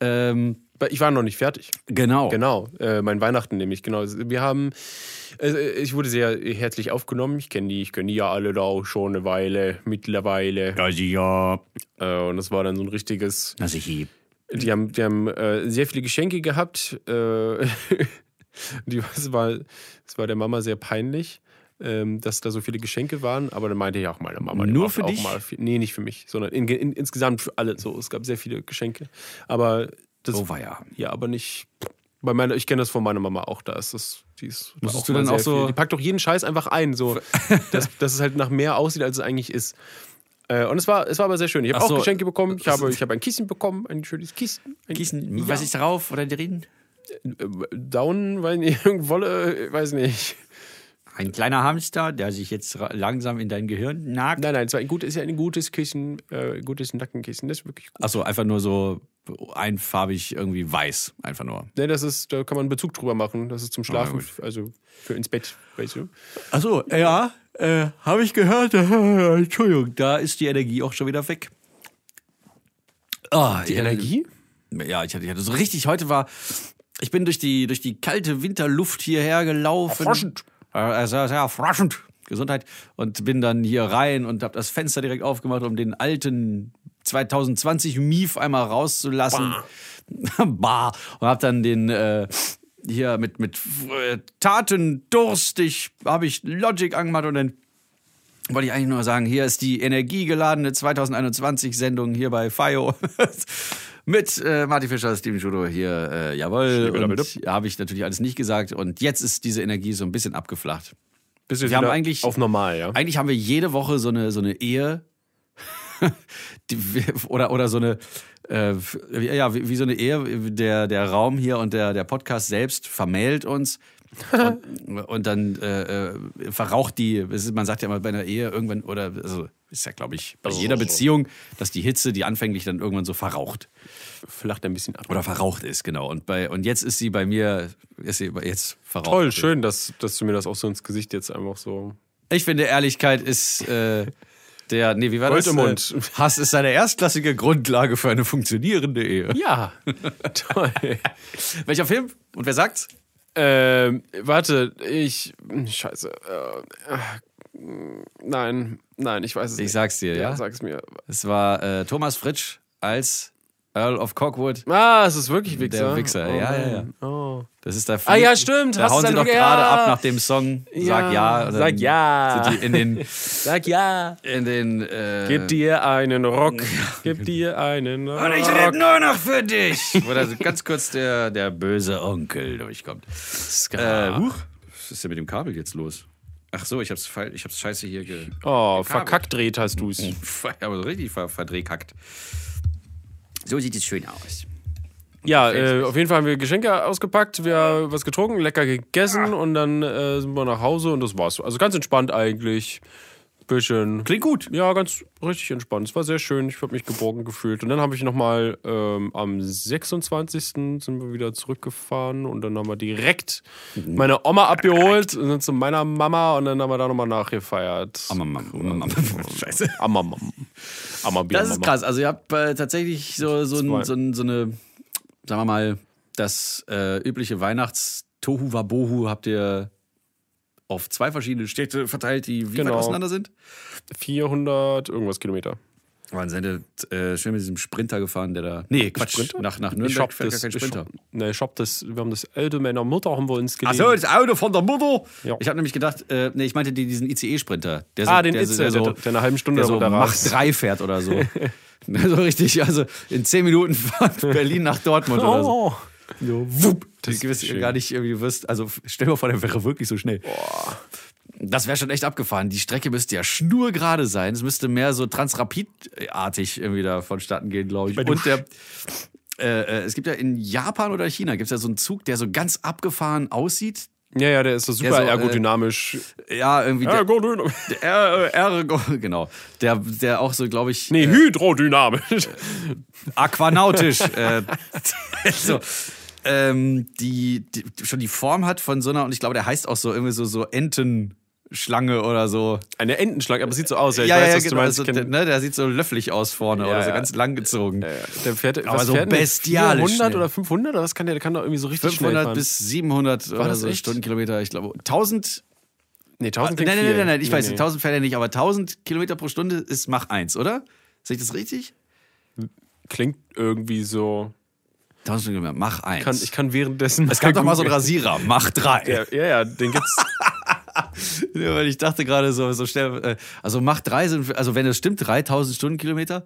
A: Ähm,
B: Aber Ich war noch nicht fertig.
A: genau.
B: Genau, äh, mein Weihnachten nämlich, genau. Wir haben, äh, ich wurde sehr herzlich aufgenommen. Ich kenne die, ich kenne die ja alle da auch schon eine Weile, mittlerweile.
A: Also ja,
B: Äh, und das war dann so ein richtiges,
A: also hier.
B: Die haben, die haben äh, sehr viele Geschenke gehabt. Äh, die, es, war, es war der Mama sehr peinlich, ähm, dass da so viele Geschenke waren. Aber dann meinte ja auch meine Mama. die
A: Nur
B: macht
A: für
B: auch
A: dich?
B: Mal viel, nee, nicht für mich, sondern in, in, insgesamt für alle. So, es gab sehr viele Geschenke. Aber das
A: Oh weia.
B: ja, aber nicht. Bei meiner, ich kenne das von meiner Mama auch. Da ist das, die ist da
A: Musstest du
B: mal
A: dann
B: sehr
A: auch so-
B: viel- Die packt doch jeden Scheiß einfach ein, so, dass, dass es halt nach mehr aussieht, als es eigentlich ist. Äh, Und es war, es war aber sehr schön. Ich habe
A: Ach
B: auch
A: so.
B: Geschenke bekommen. Ich habe, ich habe ein Kissen bekommen, ein schönes Kissen. Ein,
A: Gießen,
B: ja.
A: weiß ich drauf oder drin?
B: Down, weil nicht, Wolle, äh, weiß nicht.
A: Ein kleiner Hamster, der sich jetzt ra- langsam in dein Gehirn nagt.
B: Nein, nein, es war ein gutes, ist ja ein gutes Kissen, äh, gutes Nackenkissen. Das ist wirklich gut.
A: Achso, einfach nur so einfarbig irgendwie weiß. Einfach nur.
B: Nee, das ist, da kann man einen Bezug drüber machen. Das ist zum
A: ja,
B: Schlafen, also für ins Bett, weißt du.
A: Achso, ja, äh, habe ich gehört. Entschuldigung, da ist die Energie auch schon wieder weg. Ah, die Ja, ich hatte, ich hatte so richtig, heute war, ich bin durch die, durch die kalte Winterluft hierher gelaufen.
B: Erfrischend.
A: Äh, sehr, sehr erfrischend. Gesundheit. Und bin dann hier rein und habe das Fenster direkt aufgemacht, um den alten 2020 Mief einmal rauszulassen. Bar. Und hab dann den äh, hier mit, mit äh, Taten durstig habe ich Logic angemacht und dann wollte ich eigentlich nur sagen, hier ist die energiegeladene 2021-Sendung hier bei FIO. Mit äh, Martin Fischer, Steven Schudo hier, äh, jawohl.
B: Schnibbelabbeldup.
A: Habe ich natürlich alles nicht gesagt. Und jetzt ist diese Energie so ein bisschen abgeflacht.
B: Bist du jetzt
A: Wir haben
B: wieder
A: eigentlich-
B: auf normal, ja?
A: Eigentlich haben wir jede Woche so eine, so eine Ehe. Die, wir- oder, oder so eine, äh, wie, ja, wie, wie so eine Ehe, der, der Raum hier und der, der Podcast selbst vermählt uns. Und, und dann äh, äh, verraucht die, es ist- man sagt ja immer bei einer Ehe irgendwann, oder also ist ja, glaube ich, bei
B: Das ist
A: jeder
B: Also so.
A: Beziehung, dass die Hitze, die anfänglich dann irgendwann so verraucht.
B: Flacht ein bisschen ab.
A: Oder verraucht ist, genau. Und, bei, und jetzt ist sie bei mir, ist sie jetzt verraucht.
B: Toll, schön, dass, dass du mir das auch so ins Gesicht jetzt einfach so.
A: Ich finde, Ehrlichkeit ist äh, der, nee, wie war
B: Gold
A: das?
B: im
A: Äh,
B: Mund.
A: Hass ist eine erstklassige Grundlage für eine funktionierende Ehe.
B: Ja, toll.
A: Welcher Film? Und wer sagt's?
B: ähm, warte, ich. Scheiße. Äh, äh, nein, nein, ich weiß es nicht.
A: Ich sag's dir, ja.
B: ja, sag's mir.
A: Es war äh, Thomas Fritsch als Earl of Cockwood.
B: Ah, es ist wirklich Wichser.
A: Der Wichser,
B: oh,
A: ja, ja, ja.
B: nein. Oh.
A: Das ist der Film.
B: Ah, ja, stimmt.
A: Da
B: Hast
A: hauen
B: du
A: sie doch
B: dann-
A: gerade
B: ja.
A: ab nach dem Song. Sag ja. und dann
B: Sag ja.
A: Sind die in den,
B: Sag ja.
A: in den, äh,
B: Gib dir einen Rock. Gib dir einen Rock.
A: Und ich rede nur noch für dich. Wo da so ganz kurz der, der böse Onkel durchkommt.
B: oh,
A: Äh, huch. Was ist denn mit dem Kabel jetzt los? Ach so, ich hab's, feil- ich hab's scheiße hier ge...
B: Oh, verkackt dreht hast du's.
A: Aber so richtig ver verdrehkackt. So sieht es schön aus.
B: Ja, äh, auf jeden Fall haben wir Geschenke ausgepackt, wir haben was getrunken, lecker gegessen und dann äh, sind wir nach Hause und das war's. Also ganz entspannt eigentlich. Bisschen.
A: Klingt gut.
B: Ja, ganz richtig entspannt. Es war sehr schön. Ich habe mich geborgen gefühlt. Und dann habe ich nochmal ähm, am 26. sind wir wieder zurückgefahren und dann haben wir direkt
A: Mhm.
B: meine Oma abgeholt und sind zu meiner Mama und dann haben wir da nochmal nachgefeiert.
A: Am, am, am, am, am. Scheiße.
B: Amma, Amma, Amma, Bier,
A: Das ist
B: Mama.
A: krass. Also, ihr habt äh, tatsächlich so, so, ein,
B: Zwei.
A: so, ein, so eine, sagen wir mal, das äh, übliche Weihnachts-Tohu Wabohu habt ihr auf zwei verschiedene Städte verteilt, die wie weit
B: Genau.
A: auseinander sind.
B: 400 irgendwas Kilometer.
A: Wann seid ihr äh, schön mit diesem Sprinter gefahren, der da. Nee, Quatsch. Nach, nach
B: Ich
A: Nürnberg
B: hab
A: fährt
B: das,
A: Ne, gar kein
B: ich,
A: Sprinter.
B: hab- nee, ich hab das, wir haben das Auto meiner Mutter haben wir uns
A: Ach
B: geliehen.
A: so, das Auto von der Mutter.
B: Ja.
A: Ich habe nämlich gedacht, äh, nee, ich meinte die, diesen ICE-Sprinter. Der so-
B: ah, den
A: der, so-
B: Itze,
A: der,
B: der,
A: so,
B: der in einer halben Stunde
A: der so
B: da
A: Mach 3 fährt oder so. so richtig, also in 10 Minuten fahrt Berlin nach Dortmund oder so.
B: Oh.
A: Wupp. Das
B: ist
A: du wirst
B: schön.
A: gar nicht irgendwie du wirst, also stell dir mal vor, der wäre wirklich so schnell. Das wäre schon echt abgefahren. Die Strecke müsste ja schnurgerade sein. Es müsste mehr so Transrapid-artig irgendwie da vonstatten gehen, glaube ich. Und der, äh, äh, es gibt ja in Japan oder China gibt es ja so einen Zug, der so ganz abgefahren aussieht.
B: Ja, ja, der ist so super
A: so, äh,
B: ergodynamisch.
A: Ja, irgendwie. der-
B: Ergodynamisch.
A: Der, äh, Ergo, genau. Der, der auch so, glaube ich,
B: Nee, hydrodynamisch.
A: aquanautisch. äh, so, ähm, die, die schon die Form hat von so einer, und ich glaube, der heißt auch so irgendwie so, so Entenschlange oder so.
B: Eine Entenschlange, aber sieht so aus. Ja, ich weiß, was du meinst.
A: Also,
B: Ich
A: der,
B: kenn,
A: ne, der sieht so löffelig aus vorne
B: Ja,
A: oder so
B: ja.
A: ganz langgezogen.
B: der fährt, aber
A: so
B: fährt denn?
A: bestialisch
B: 400
A: schnell.
B: oder 500 oder was kann der? Der kann doch irgendwie so richtig schnell
A: 500
B: fahren.
A: bis 700 oder
B: das
A: so
B: echt?
A: Stundenkilometer, ich glaube. 1000?
B: nee, 1000
A: Nein,
B: klingt
A: Ah, nein, nein,
B: viel.
A: nein, nein, ich weiß,
B: nee.
A: 1000 fährt er nicht, aber 1000 Kilometer pro Stunde ist Mach 1, oder? Sehe ich das richtig?
B: Klingt irgendwie so.
A: 1000 Kilometer, Mach 1.
B: Kann, ich kann währenddessen.
A: es gab doch mal so einen Rasierer, Mach 3.
B: Ja, ja, ja, den gibt's.
A: Ja, weil ich dachte gerade so, so schnell, äh, also macht drei sind, also wenn es stimmt, 3000 Stundenkilometer,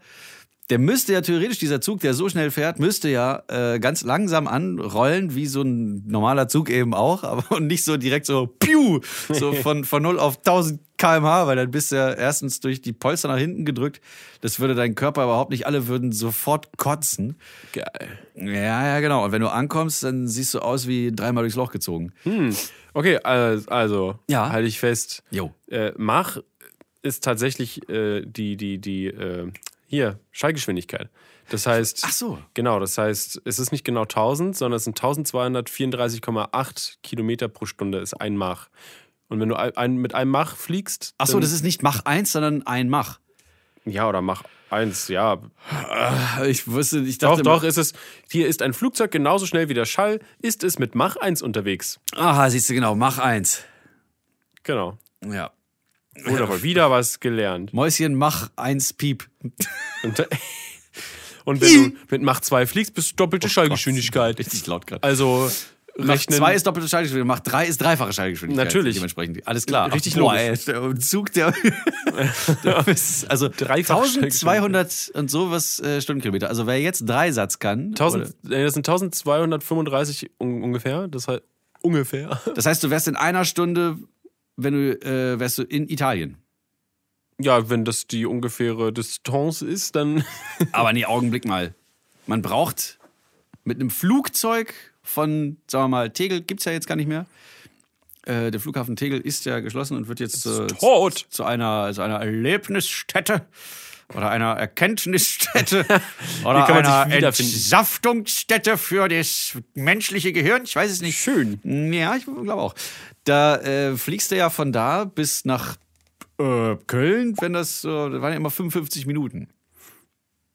A: der müsste ja theoretisch, dieser Zug, der so schnell fährt, müsste ja äh, ganz langsam anrollen, wie so ein normaler Zug eben auch, aber und nicht so direkt so, piu, so von, von 0 auf 1000 kmh, weil dann bist du ja erstens durch die Polster nach hinten gedrückt, das würde dein Körper überhaupt nicht, alle würden sofort kotzen.
B: Geil.
A: Ja, ja, genau. Und wenn du ankommst, dann siehst du aus wie dreimal durchs Loch gezogen.
B: Okay, also, also
A: Ja.
B: halte ich fest.
A: Jo.
B: Äh, Mach ist tatsächlich äh, die, die, die, äh, hier, Schallgeschwindigkeit. Das heißt,
A: Ach so.
B: genau, das heißt, es ist nicht genau 1000, sondern es sind 1234,8 Kilometer pro Stunde ist ein Mach. Und wenn du ein, ein, mit einem Mach fliegst.
A: Ach so, das ist nicht Mach 1, sondern ein Mach.
B: Ja, oder Mach 1, ja.
A: Ich wusste, ich
B: Doch,
A: dachte.
B: doch, ist es. Hier ist ein Flugzeug genauso schnell wie der Schall, ist es mit Mach 1 unterwegs.
A: Aha, siehst du genau, mach eins.
B: Genau.
A: Ja.
B: Wunderbar, wieder was gelernt.
A: Mäuschen, mach eins Piep.
B: Und, Und wenn du mit Mach 2 fliegst, bist du doppelte Schallgeschwindigkeit.
A: Hm. Oh Richtig laut gerade.
B: Also
A: Mach
B: rechnen.
A: zwei ist doppelte Schallgeschwindigkeit, Mach drei ist dreifache Schallgeschwindigkeit.
B: Natürlich.
A: Dementsprechend. Alles klar.
B: Richtig
A: logisch. Ey, der Zug, der. der ist, also
B: Dreifache
A: 1200 und sowas äh, Stundenkilometer. Also wer jetzt drei Satz kann.
B: 1000, äh, das sind 1235 un ungefähr. Das heißt ungefähr.
A: oder- Das heißt, du wärst in einer Stunde, wenn du, äh, wärst du in Italien.
B: Ja, wenn das die ungefähre Distanz ist, dann
A: Aber nee, Augenblick mal. Man braucht mit einem Flugzeug von, sagen wir mal, Tegel gibt's ja jetzt gar nicht mehr. Äh, der Flughafen Tegel ist ja geschlossen und wird jetzt äh,
B: tot.
A: zu einer, zu einer Erlebnisstätte oder einer Erkenntnisstätte oder
B: kann man sich
A: einer
B: wiederfinden.
A: Entsaftungsstätte für das menschliche Gehirn. Ich weiß es nicht.
B: Schön.
A: Ja, ich glaube auch. Da äh, fliegst du ja von da bis nach äh, Köln, wenn das, äh, das waren ja immer 55 Minuten.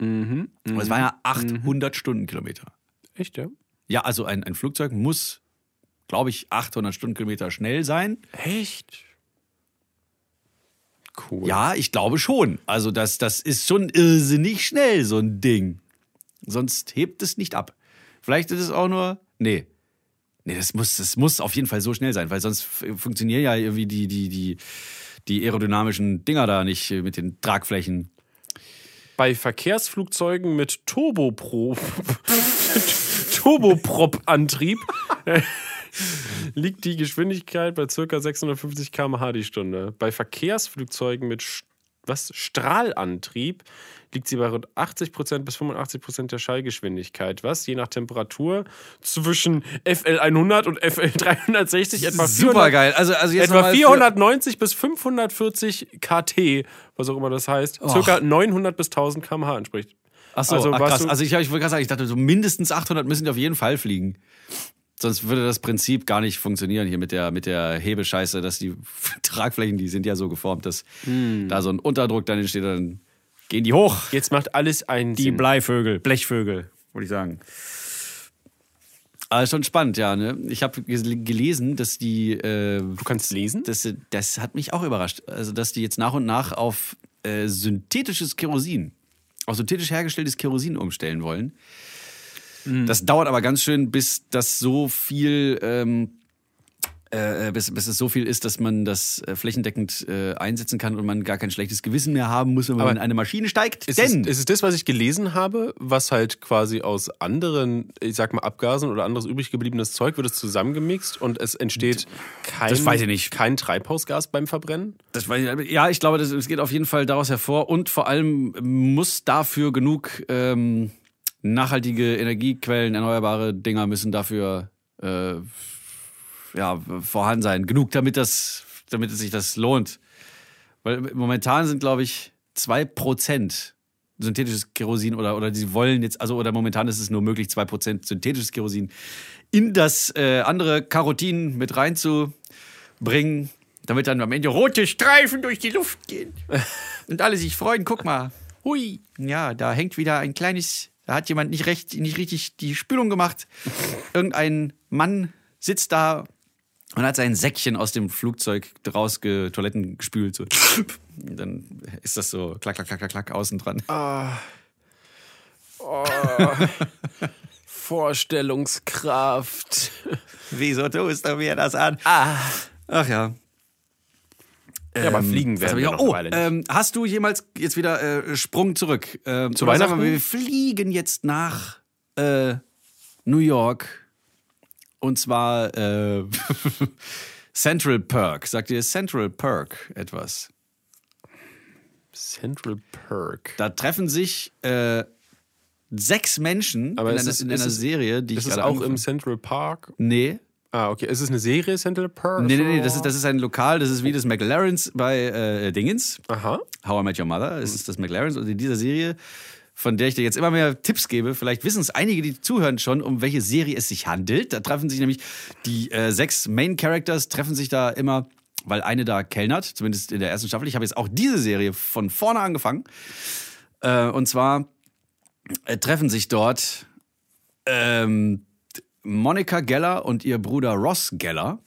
A: Mhm. Das waren ja 800 Stundenkilometer.
B: Echt, ja?
A: Ja, also ein, ein Flugzeug muss, glaube ich, 800 Stundenkilometer schnell sein.
B: Echt? Cool.
A: Ja, ich glaube schon. Also das, das ist schon irrsinnig schnell, so ein Ding. Sonst hebt es nicht ab. Vielleicht ist es auch nur. Nee. Nee, das muss, das muss auf jeden Fall so schnell sein, weil sonst f- funktionieren ja irgendwie die, die, die, die aerodynamischen Dinger da nicht äh, mit den Tragflächen.
B: Bei Verkehrsflugzeugen mit Turboprop, Turboprop-Antrieb äh, liegt die Geschwindigkeit bei ca. 650 km/h die Stunde. Bei Verkehrsflugzeugen mit Sch- was? Strahlantrieb liegt sie bei rund 80% bis 85% der Schallgeschwindigkeit, was je nach Temperatur zwischen FL 100 und FL 360 etwa 400
A: geil. Also, also jetzt
B: Etwa
A: nochmal für-
B: 490 bis 540 KT, was auch immer das heißt,
A: Och.
B: circa 900 bis 1000 km/h entspricht.
A: Oh. Ach so,
B: Also
A: ah,
B: warst
A: krass.
B: du-
A: Also ich, hab- ich wollte gerade sagen, ich dachte, so mindestens 800 müssen die auf jeden Fall fliegen. Sonst würde das Prinzip gar nicht funktionieren hier mit der, mit der Hebescheiße, dass die Tragflächen, die sind ja so geformt, dass da so ein Unterdruck dann entsteht, dann gehen Hm. die hoch.
B: Jetzt macht alles einen Sinn.
A: Bleivögel, Blechvögel, würde ich sagen. Aber schon spannend, ja. Ne? Ich habe gelesen, dass die äh,
B: Du kannst lesen?
A: das, das hat mich auch überrascht. Also, dass die jetzt nach und nach auf äh, synthetisches Kerosin, auf synthetisch hergestelltes Kerosin umstellen wollen.
B: Mhm.
A: Das dauert aber ganz schön, bis das so viel, ähm, äh, bis, bis es so viel ist, dass man das äh, flächendeckend äh, einsetzen kann und man gar kein schlechtes Gewissen mehr haben muss, wenn man
B: Aber
A: in eine Maschine steigt.
B: Ist
A: Denn
B: es, ist es das, was ich gelesen habe, was halt quasi aus anderen, ich sag mal, Abgasen oder anderes übrig gebliebenes Zeug wird es zusammengemixt und es entsteht kein,
A: Das weiß ich nicht.
B: kein Treibhausgas beim Verbrennen?
A: Das weiß ich, ja, ich glaube, das, das geht auf jeden Fall daraus hervor. Und vor allem muss dafür genug ähm, nachhaltige Energiequellen, erneuerbare Dinger müssen dafür äh, ja, vorhanden sein. Genug, damit, das, damit es sich das lohnt. Weil momentan sind, glaube ich, 2% synthetisches Kerosin oder, oder die wollen jetzt, also oder momentan ist es nur möglich, 2% synthetisches Kerosin in das äh, andere Carotin mit reinzubringen, damit dann am Ende rote Streifen durch die Luft gehen. Und alle sich freuen, guck mal. Hui. Ja, da hängt wieder ein kleines, da hat jemand nicht recht, nicht richtig die Spülung gemacht. Irgendein Mann sitzt da und hat sein Säckchen aus dem Flugzeug rausge Toiletten gespült. So. Und Dann ist das so klack, klack, klack, klack, klack, außen dran.
B: Vorstellungskraft.
A: Wieso tust du mir das an? Ach ja.
B: Ja, aber
A: Was
B: fliegen werden
A: hab
B: wir
A: ich
B: noch
A: auch? Oh,
B: eine Weile nicht.
A: ähm, hast du jemals jetzt wieder äh, Sprung zurück? Ähm, Zu
B: Weihnachten?
A: Wir, wir fliegen jetzt nach äh, New York. Und zwar äh, Central Perk. Sagt ihr Central Perk etwas?
B: Central Perk.
A: Da treffen sich äh, sechs Menschen
B: Aber
A: in,
B: ist
A: einer,
B: es-
A: in
B: ist
A: einer
B: es-
A: Serie, die
B: Ist
A: ich
B: es
A: gerade
B: auch im
A: angefangen-
B: Central Park?
A: Nee.
B: Ah, okay. Ist es eine Serie, Central Perk?
A: Nee, nee, nee, das ist, das ist ein Lokal, das ist wie das McLarens bei äh, Dingens.
B: Aha.
A: How I Met Your Mother,
B: Mhm.
A: es ist das McLarens. Und in dieser Serie, von der ich dir jetzt immer mehr Tipps gebe, vielleicht wissen es einige, die zuhören schon, um welche Serie es sich handelt. Da treffen sich nämlich die äh, sechs Main Characters, treffen sich da immer, weil eine da kellnert, zumindest in der ersten Staffel. Ich habe jetzt auch diese Serie von vorne angefangen. Äh, und zwar äh, treffen sich dort ähm, Monika Geller und ihr Bruder Ross Geller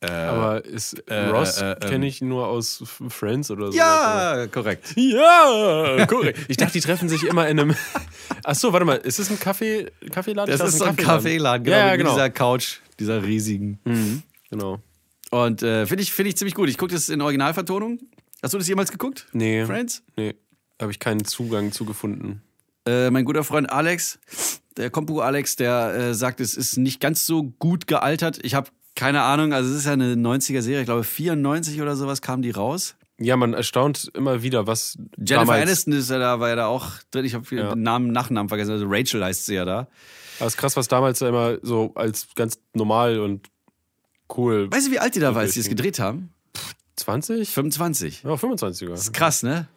B: Aber ist Ross
A: äh, ähm.
B: kenne ich nur aus F- Friends oder so.
A: Ja, korrekt.
B: Ja, korrekt. Ich dachte, die treffen sich immer in einem. Ach so, warte mal, ist das ein Kaffee, Kaffeeladen? Ich
A: Das
B: dachte,
A: ist so ein Kaffeeladen, genau,
B: Ja, ja,
A: mit
B: genau.
A: dieser Couch, dieser riesigen.
B: Mhm, genau.
A: Und äh, finde ich, finde ich ziemlich gut. Ich gucke das in Originalvertonung. Hast du das jemals geguckt?
B: Nee.
A: Friends?
B: Nee, habe ich keinen Zugang zu gefunden.
A: Äh, mein guter Freund Alex, der Kompu Alex, der äh, sagt, es ist nicht ganz so gut gealtert. Ich habe keine Ahnung, also es ist ja eine 90er Serie, ich glaube 94 oder sowas kam die raus.
B: Ja, man erstaunt immer wieder, was
A: Jennifer
B: damals.
A: Aniston ist ja da, war ja da auch drin. Ich habe
B: Ja.
A: den Namen, Nachnamen vergessen. Also Rachel heißt sie ja da.
B: Aber es ist krass, was damals immer so als ganz normal und cool.
A: Weißt du, wie alt die da war, als die es gedreht haben?
B: 20?
A: 25.
B: Ja, 25 sogar.
A: Das ist krass, ne?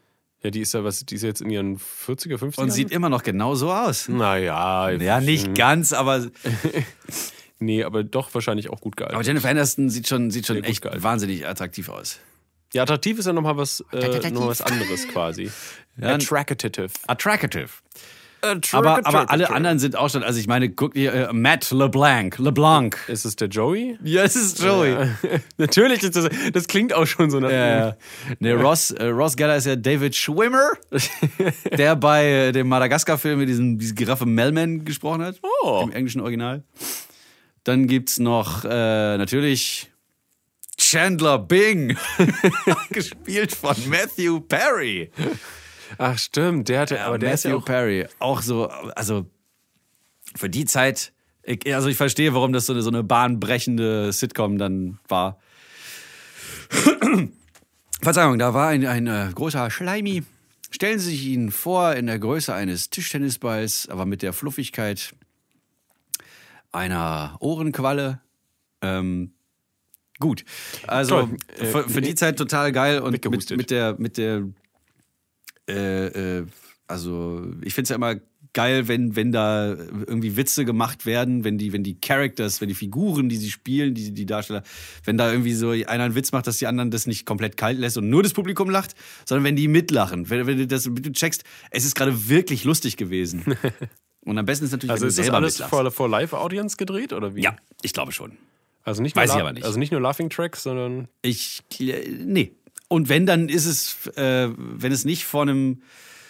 B: Ja, die ist ja was, die ist jetzt in ihren 40er, 50er.
A: Und sieht immer noch genau so aus. Mhm.
B: Naja,
A: Ja, nicht ganz, aber,
B: Nee, aber doch wahrscheinlich auch gut gealtert.
A: aber Jennifer Aniston sieht schon, sieht schon
B: gut
A: echt
B: gealtert.
A: wahnsinnig attraktiv aus.
B: Ja, attraktiv ist ja nochmal was, äh, noch mal was anderes quasi. Attractive.
A: Attractive. Aber, aber alle anderen sind auch schon, also ich meine, guck dir äh, Matt LeBlanc, LeBlanc.
B: Ist es der Joey?
A: Ja, es ist Joey.
B: Natürlich ist das. Das klingt auch schon so nach.
A: Äh, nee, Ross, äh, Ross Geller ist ja David Schwimmer, der bei äh, dem Madagaskar-Film mit diesem, diesem Giraffe Melman gesprochen hat,
B: Oh.
A: im englischen Original. Dann gibt's noch äh, natürlich Chandler Bing, gespielt von Matthew Perry.
B: Ach stimmt, der hatte. aber der
A: Matthew
B: ist ja auch.
A: Perry, auch so, also für die Zeit, ich, also ich verstehe, warum das so eine, so eine bahnbrechende Sitcom dann war. Verzeihung, da war ein, ein äh, großer Schleimi. Stellen Sie sich ihn vor in der Größe eines Tischtennisballs, aber mit der Fluffigkeit einer Ohrenqualle. Ähm, gut. Also
B: Toll. Äh,
A: für, für die Zeit total geil und mit,
B: Weggehustet.
A: mit der, mit der äh, äh, also ich finde es ja immer geil, wenn, wenn da irgendwie Witze gemacht werden, wenn die, wenn die Characters, wenn die Figuren, die sie spielen, die, die Darsteller, wenn da irgendwie so einer einen Witz macht, dass die anderen das nicht komplett kalt lässt und nur das Publikum lacht, sondern wenn die mitlachen, wenn, wenn du das wenn du checkst, es ist gerade wirklich lustig gewesen. Und am besten ist natürlich,
B: Also
A: wenn du
B: ist das
A: selber
B: alles
A: mitlachst.
B: vor, vor Live-Audience gedreht oder wie?
A: Ja, ich glaube schon.
B: Also nicht nur
A: Weiß ich
B: La-
A: aber nicht.
B: Also nicht nur Laughing Tracks, sondern.
A: Ich, nee. Und wenn, dann ist es, äh, wenn es nicht vor einem,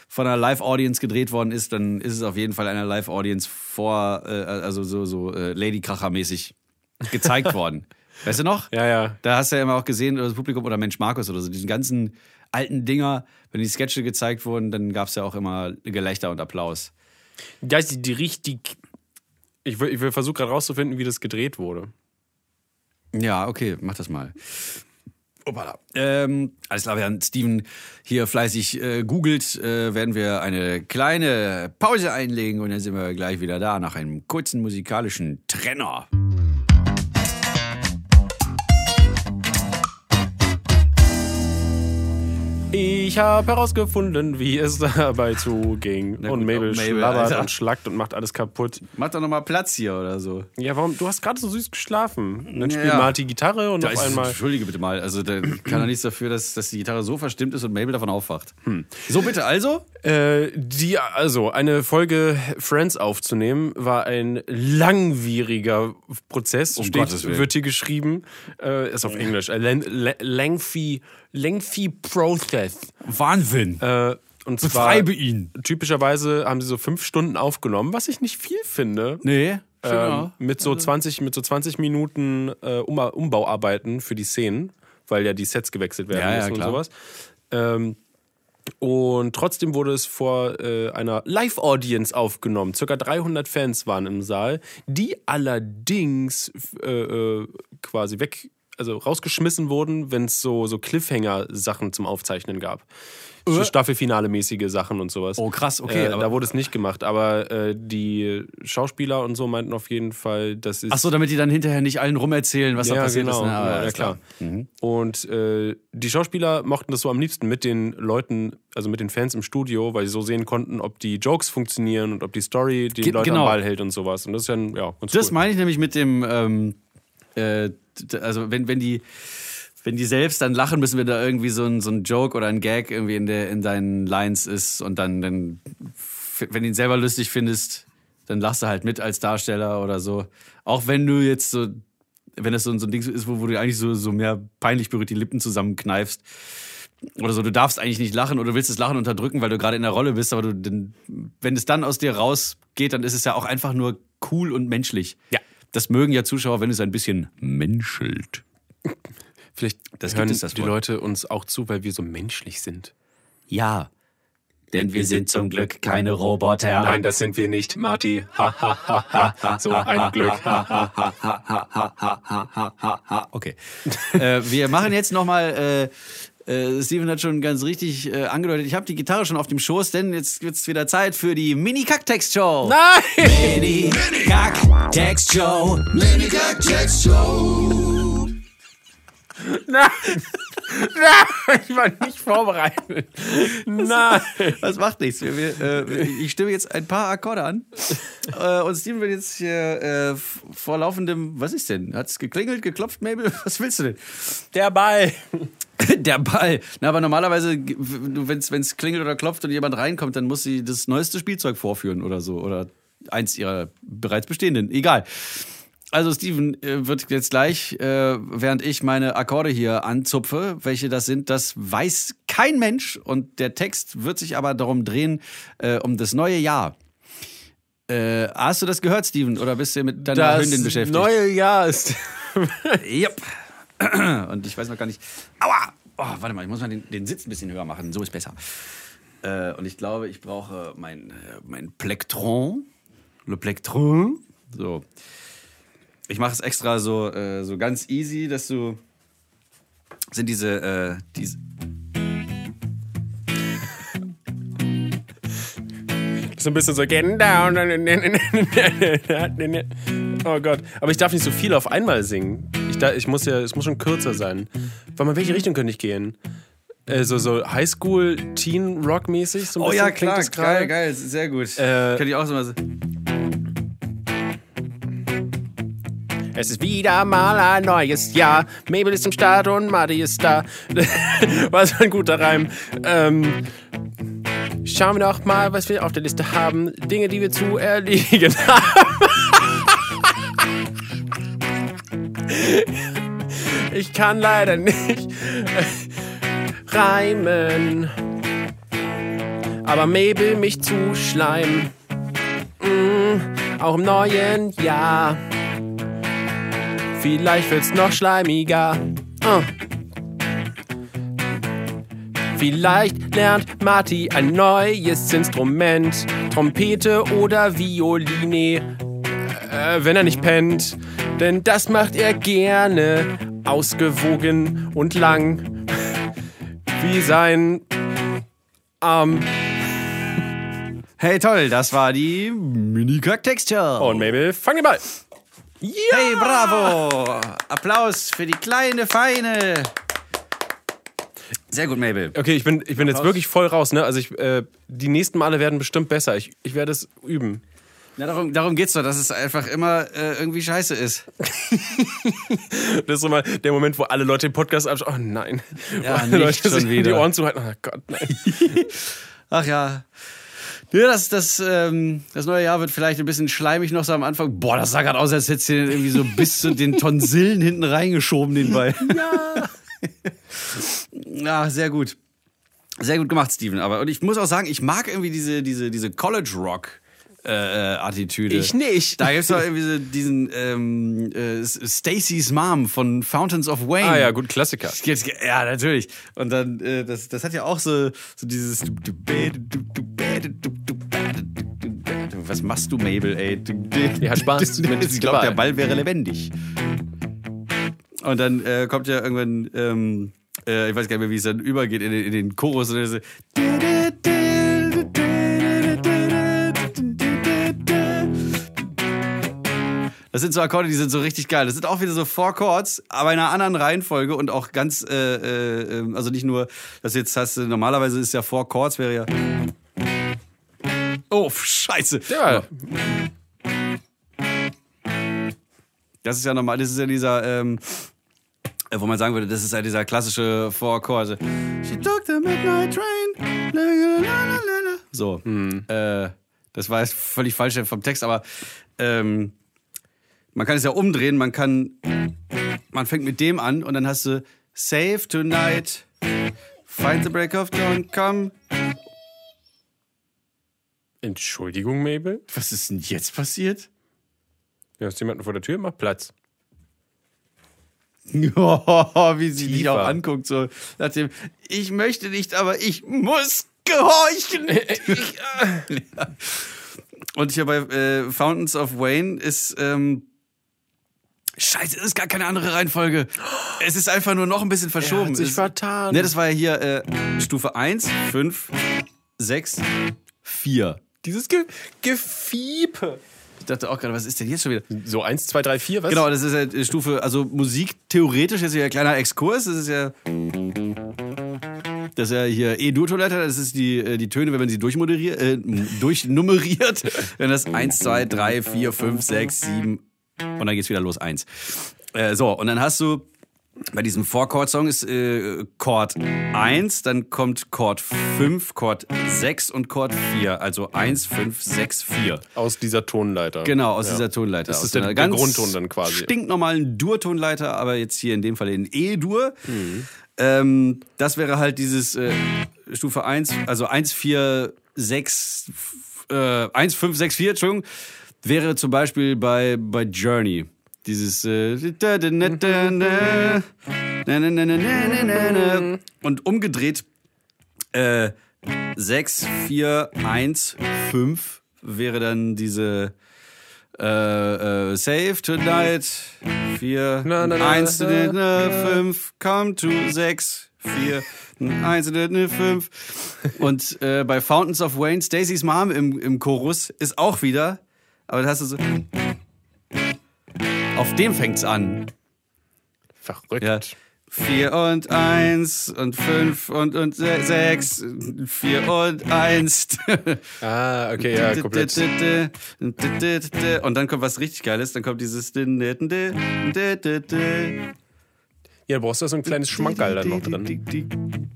A: von einer Live-Audience gedreht worden ist, dann ist es auf jeden Fall einer Live-Audience vor, äh, also so, so äh, Ladykracher-mäßig gezeigt worden. Weißt du noch?
B: Ja, ja.
A: Da hast du ja immer auch gesehen, oder das Publikum oder Mensch Markus oder so, diesen ganzen alten Dinger, wenn die Sketche gezeigt wurden, dann gab es ja auch immer Gelächter und Applaus.
B: Ja, die, die richtig. Ich will, ich will versuche gerade rauszufinden, wie das gedreht wurde.
A: Ja, okay, mach das mal. Opala. Ähm, alles klar, während Steven hier fleißig äh, googelt, äh, werden wir eine kleine Pause einlegen und dann sind wir gleich wieder da nach einem kurzen musikalischen Trenner.
B: Ich habe herausgefunden, wie es dabei zuging.
A: Na
B: und
A: gut,
B: Mabel,
A: oh, Mabel,
B: schlabbert
A: Alter.
B: und schlackt und macht alles kaputt.
A: Mach doch nochmal Platz hier oder so.
B: Ja, warum? Du hast gerade so süß geschlafen. Und dann
A: Ja.
B: spielt Marty Gitarre und auf
A: Also,
B: einmal.
A: Entschuldige bitte mal, also da kann er nichts dafür, dass, dass die Gitarre so verstimmt ist und Mabel davon aufwacht.
B: Hm.
A: So bitte also?
B: Äh, die, also, eine Folge Friends aufzunehmen, war ein langwieriger Prozess.
A: Um
B: steht,
A: Gottes Willen.
B: Wird hier geschrieben. Äh, ist auf Englisch. A len- le- lengthy, lengthy process.
A: Wahnsinn.
B: Äh, und zwar.
A: Schreibe ihn.
B: Typischerweise haben sie so fünf Stunden aufgenommen, was ich nicht viel finde.
A: Nee,
B: Ähm, mit, so
A: Also
B: 20, mit so 20 Minuten äh, um, Umbauarbeiten für die Szenen, weil ja die Sets gewechselt werden
A: Ja, ja,
B: müssen und
A: klar.
B: sowas. Ähm, und trotzdem wurde es vor äh, einer Live-Audience aufgenommen. Circa 300 Fans waren im Saal, die allerdings f- äh, äh, quasi weg, also rausgeschmissen wurden, wenn es so, so Cliffhanger-Sachen zum Aufzeichnen gab. So Staffelfinale-mäßige Sachen und sowas.
A: Äh. Oh, krass, okay,
B: Äh,
A: aber-
B: da wurde es nicht gemacht, aber äh, die Schauspieler und so meinten auf jeden Fall, das ist.
A: Ach so, damit die dann hinterher nicht allen rumerzählen, was da passiert
B: genau,
A: ist. Na,
B: genau, ja,
A: alles Mhm.
B: klar. Und äh, die Schauspieler mochten das so am liebsten mit den Leuten, also mit den Fans im Studio, weil sie so sehen konnten, ob die Jokes funktionieren und ob die Story die
A: Ge-
B: Leute
A: genau.
B: am Ball hält und sowas. Und das ist ja, ein- ja ganz
A: Das
B: cool.
A: meine ich nämlich mit dem, ähm, äh, d- also wenn, wenn die. Wenn die selbst dann lachen müssen, wenn da irgendwie so ein, so ein Joke oder ein Gag irgendwie in, der, in deinen Lines ist und dann, dann, f- wenn du ihn selber lustig findest, dann lachst du halt mit als Darsteller oder so. Auch wenn du jetzt so wenn das so, ein- so ein Ding ist, wo, wo du eigentlich so, so mehr peinlich berührt die Lippen zusammenkneifst. Oder so, du darfst eigentlich nicht lachen oder du willst das Lachen unterdrücken, weil du gerade in der Rolle bist, aber du, denn, wenn es dann aus dir rausgeht, dann ist es ja auch einfach nur cool und menschlich.
B: Ja.
A: Das mögen ja Zuschauer, wenn es ein bisschen menschelt.
B: Vielleicht
A: Das
B: hören
A: gibt es, das
B: die
A: Wort.
B: Leute uns auch zu, weil wir so menschlich sind.
A: Ja. Denn wir sind zum Glück keine Roboter.
C: Nein, das sind wir nicht, Marty. Ha, ha, ha, ha, ha. So ein Glück. Ha, ha.
A: Okay. äh, wir machen jetzt nochmal. Äh, äh, Steven hat schon ganz richtig äh, angedeutet, ich habe die Gitarre schon auf dem Schoß, denn jetzt wird's wieder Zeit für die Mini-Kacktext-Show.
B: Nein!
A: Mini-Kacktext-Show.
B: Nein! Nein! Ich war nicht vorbereitet. Nein!
A: Das macht nichts. Wir, wir, äh, ich stimme jetzt ein paar Akkorde an. Äh, und Steven wird jetzt hier äh, f- vor laufendem. Was ist denn? Hat's geklingelt, geklopft, Mabel? Was willst du denn?
B: Der Ball!
A: Der Ball. Na, aber normalerweise, wenn es klingelt oder klopft und jemand reinkommt, dann muss sie das neueste Spielzeug vorführen oder so. Oder eins ihrer bereits bestehenden. Egal. Also Steven äh, wird jetzt gleich, äh, während ich meine Akkorde hier anzupfe, welche das sind, das weiß kein Mensch. Und der Text wird sich aber darum drehen, äh, um das neue Jahr. Äh, hast du das gehört, Steven? Oder bist du mit deiner
B: Das
A: Hündin beschäftigt?
B: neue Jahr ist.
A: Yep. Und ich weiß noch gar nicht. Aua! Oh, warte mal, ich muss mal den, den Sitz ein bisschen höher machen. So ist besser. Äh, und ich glaube, ich brauche mein, äh, mein Plektron. Le Plektron. So. Ich mache es extra so, äh, so ganz easy, dass du. Sind diese. Äh, diese
B: So ein bisschen so. Getting down. Oh Gott. Aber ich darf nicht so viel auf einmal singen. Ich, da, ich muss ja, es muss schon kürzer sein. Weil in welche Richtung könnte ich gehen? Äh, so, so Highschool, Teen Rock mäßig?
A: Oh
B: So ein bisschen Oh klingt das gerade.
A: Ah, Geil,
B: Äh,
A: geil, sehr gut. Könnte ich auch so mal. so-
B: Es ist wieder mal ein neues Jahr. Mabel ist im Start und Marty ist da. was für ein guter Reim. Ähm, schauen wir doch mal, was wir auf der Liste haben. Dinge, die wir zu erledigen haben. ich kann leider nicht äh, reimen. Aber Mabel mich zuschleimen. Mm, auch im neuen Jahr. Vielleicht wird's noch schleimiger. Ah. Vielleicht lernt Marty ein neues Instrument. Trompete oder Violine. Äh, wenn er nicht pennt. Denn das macht er gerne. Ausgewogen und lang. Wie sein Arm.
A: Hey, toll, das war die Mini-Kack-Texture.
B: Und Mabel, fang den Ball.
A: Hey, bravo! Applaus für die kleine Feine. Sehr gut, Mabel.
B: Okay, ich bin, ich bin jetzt wirklich voll raus, ne? Also ich, äh, die nächsten Male werden bestimmt besser. Ich, ich werde es üben.
A: Na, darum, darum geht's doch, dass es einfach immer äh, irgendwie scheiße ist.
B: Das ist so mal der Moment, wo alle Leute den Podcast abschauen. Oh nein.
A: Ja,
B: Wo alle
A: nicht schon
B: sich die
A: wieder.
B: Ohren zuhalten. Oh Gott, nein.
A: Ach ja. Ja, das, das, ähm, das neue Jahr wird vielleicht ein bisschen schleimig noch so am Anfang. Boah, das sah gerade aus, als hättest du den irgendwie so bis zu den Tonsillen hinten reingeschoben, den Ball. Ja. Ach, sehr gut. Sehr gut gemacht, Steven. Aber und ich muss auch sagen, ich mag irgendwie diese, diese, diese College Rock. äh, äh, Attitüde.
B: Ich nicht.
A: Da gibt's doch irgendwie so diesen ähm, äh, Stacy's Mom von Fountains of Wayne.
B: Ah ja, gut, Klassiker.
A: Jetzt, ja, natürlich. Und dann, äh, das, das hat ja auch so, so dieses. Was machst du, Mabel, ey?
B: Ja, hat Spaß.
A: Ich glaube, der Ball wäre lebendig. Und dann äh, kommt ja irgendwann, ähm, äh, ich weiß gar nicht mehr, wie es dann übergeht in den, in den Chorus. Und dann so, das sind so Akkorde, die sind so richtig geil. Das sind auch wieder so Four Chords, aber in einer anderen Reihenfolge und auch ganz, äh, äh, ähm, also nicht nur, dass jetzt hast du, normalerweise ist ja Four Chords, wäre ja. Oh, scheiße.
B: Ja,
A: Das ist ja normal, das ist ja dieser, ähm, äh, wo man sagen würde, das ist ja dieser klassische Vorchorse. She took the midnight train. La, la, la, la, la. So. Äh, das war jetzt völlig falsch vom Text, aber ähm, Man kann es ja umdrehen, man kann. Man fängt mit dem an und dann hast du Save tonight. Find the break of dawn, come.
B: Entschuldigung, Mabel.
A: Was ist denn jetzt passiert?
B: Du hast jemanden vor der Tür, mach Platz.
A: Oh, wie sie dich
B: Tiefer.
A: auch anguckt, so nach dem, ich möchte nicht, aber ich muss gehorchen.
B: äh.
A: Ich, äh. Und hier bei äh, Fountains of Wayne ist, ähm, scheiße, es ist gar keine andere Reihenfolge. Es ist einfach nur noch ein bisschen verschoben. es,
B: vertan.
A: ne, das war ja hier äh, Stufe 1, 5, 6, 4.
B: Dieses Ge Gefiepe.
A: Ich dachte auch gerade, was ist denn jetzt schon wieder?
B: So, eins, zwei, drei, vier, was?
A: Genau, das ist ja die Stufe, also Musik theoretisch ist ja ein kleiner Exkurs, das ist ja. Das ist ja hier E-Dur-Toilette, das ist die, äh, die Töne, wenn man sie durchmoderiert, äh, m- durchnummeriert. Dann das 1, 2, 3, 4, 5, 6, 7 und dann geht's wieder los, 1. Äh, so, und dann hast du bei diesem Four-Chord-Song ist äh, Chord 1, dann kommt Chord 5, Chord 6 und Chord 4. Also 1, 5, 6, 4.
B: Aus dieser Tonleiter.
A: Genau, aus dieser Tonleiter.
B: Das
A: aus
B: ist der-
A: einer
B: der
A: ganz
B: Grundton dann quasi.
A: Stinknormalen Dur-Tonleiter, aber jetzt hier in dem Fall in E-Dur.
B: Mhm.
A: Ähm, das wäre halt dieses äh, Stufe 1, also 1, 4, 6, äh, 1, 5, 6, 4, Entschuldigung, wäre zum Beispiel bei, bei Journey. Dieses äh, da, da, na, da, na, na, na, na, na, na, na,
B: Mhm.
A: na. und umgedreht äh, 6, 4, 1, 5 wäre dann diese äh, äh, Save Tonight 4,
B: Na, na, na,
A: 1,
B: na, na.
A: 5, come to 6, 4, 1, 5. Und äh, bei Fountains of Wayne, Stacy's Mom im, im Chorus ist auch wieder, aber da hast du so. Auf dem fängt's an.
B: Verrückt.
A: Ja. 4 und 1 und 5 und, und 6, 4 und 1.
B: Ah, okay, ja, komplett.
A: Und dann kommt was richtig Geiles, dann kommt dieses. Da
B: Ja, brauchst du so ein kleines Schmankerl dann noch drin.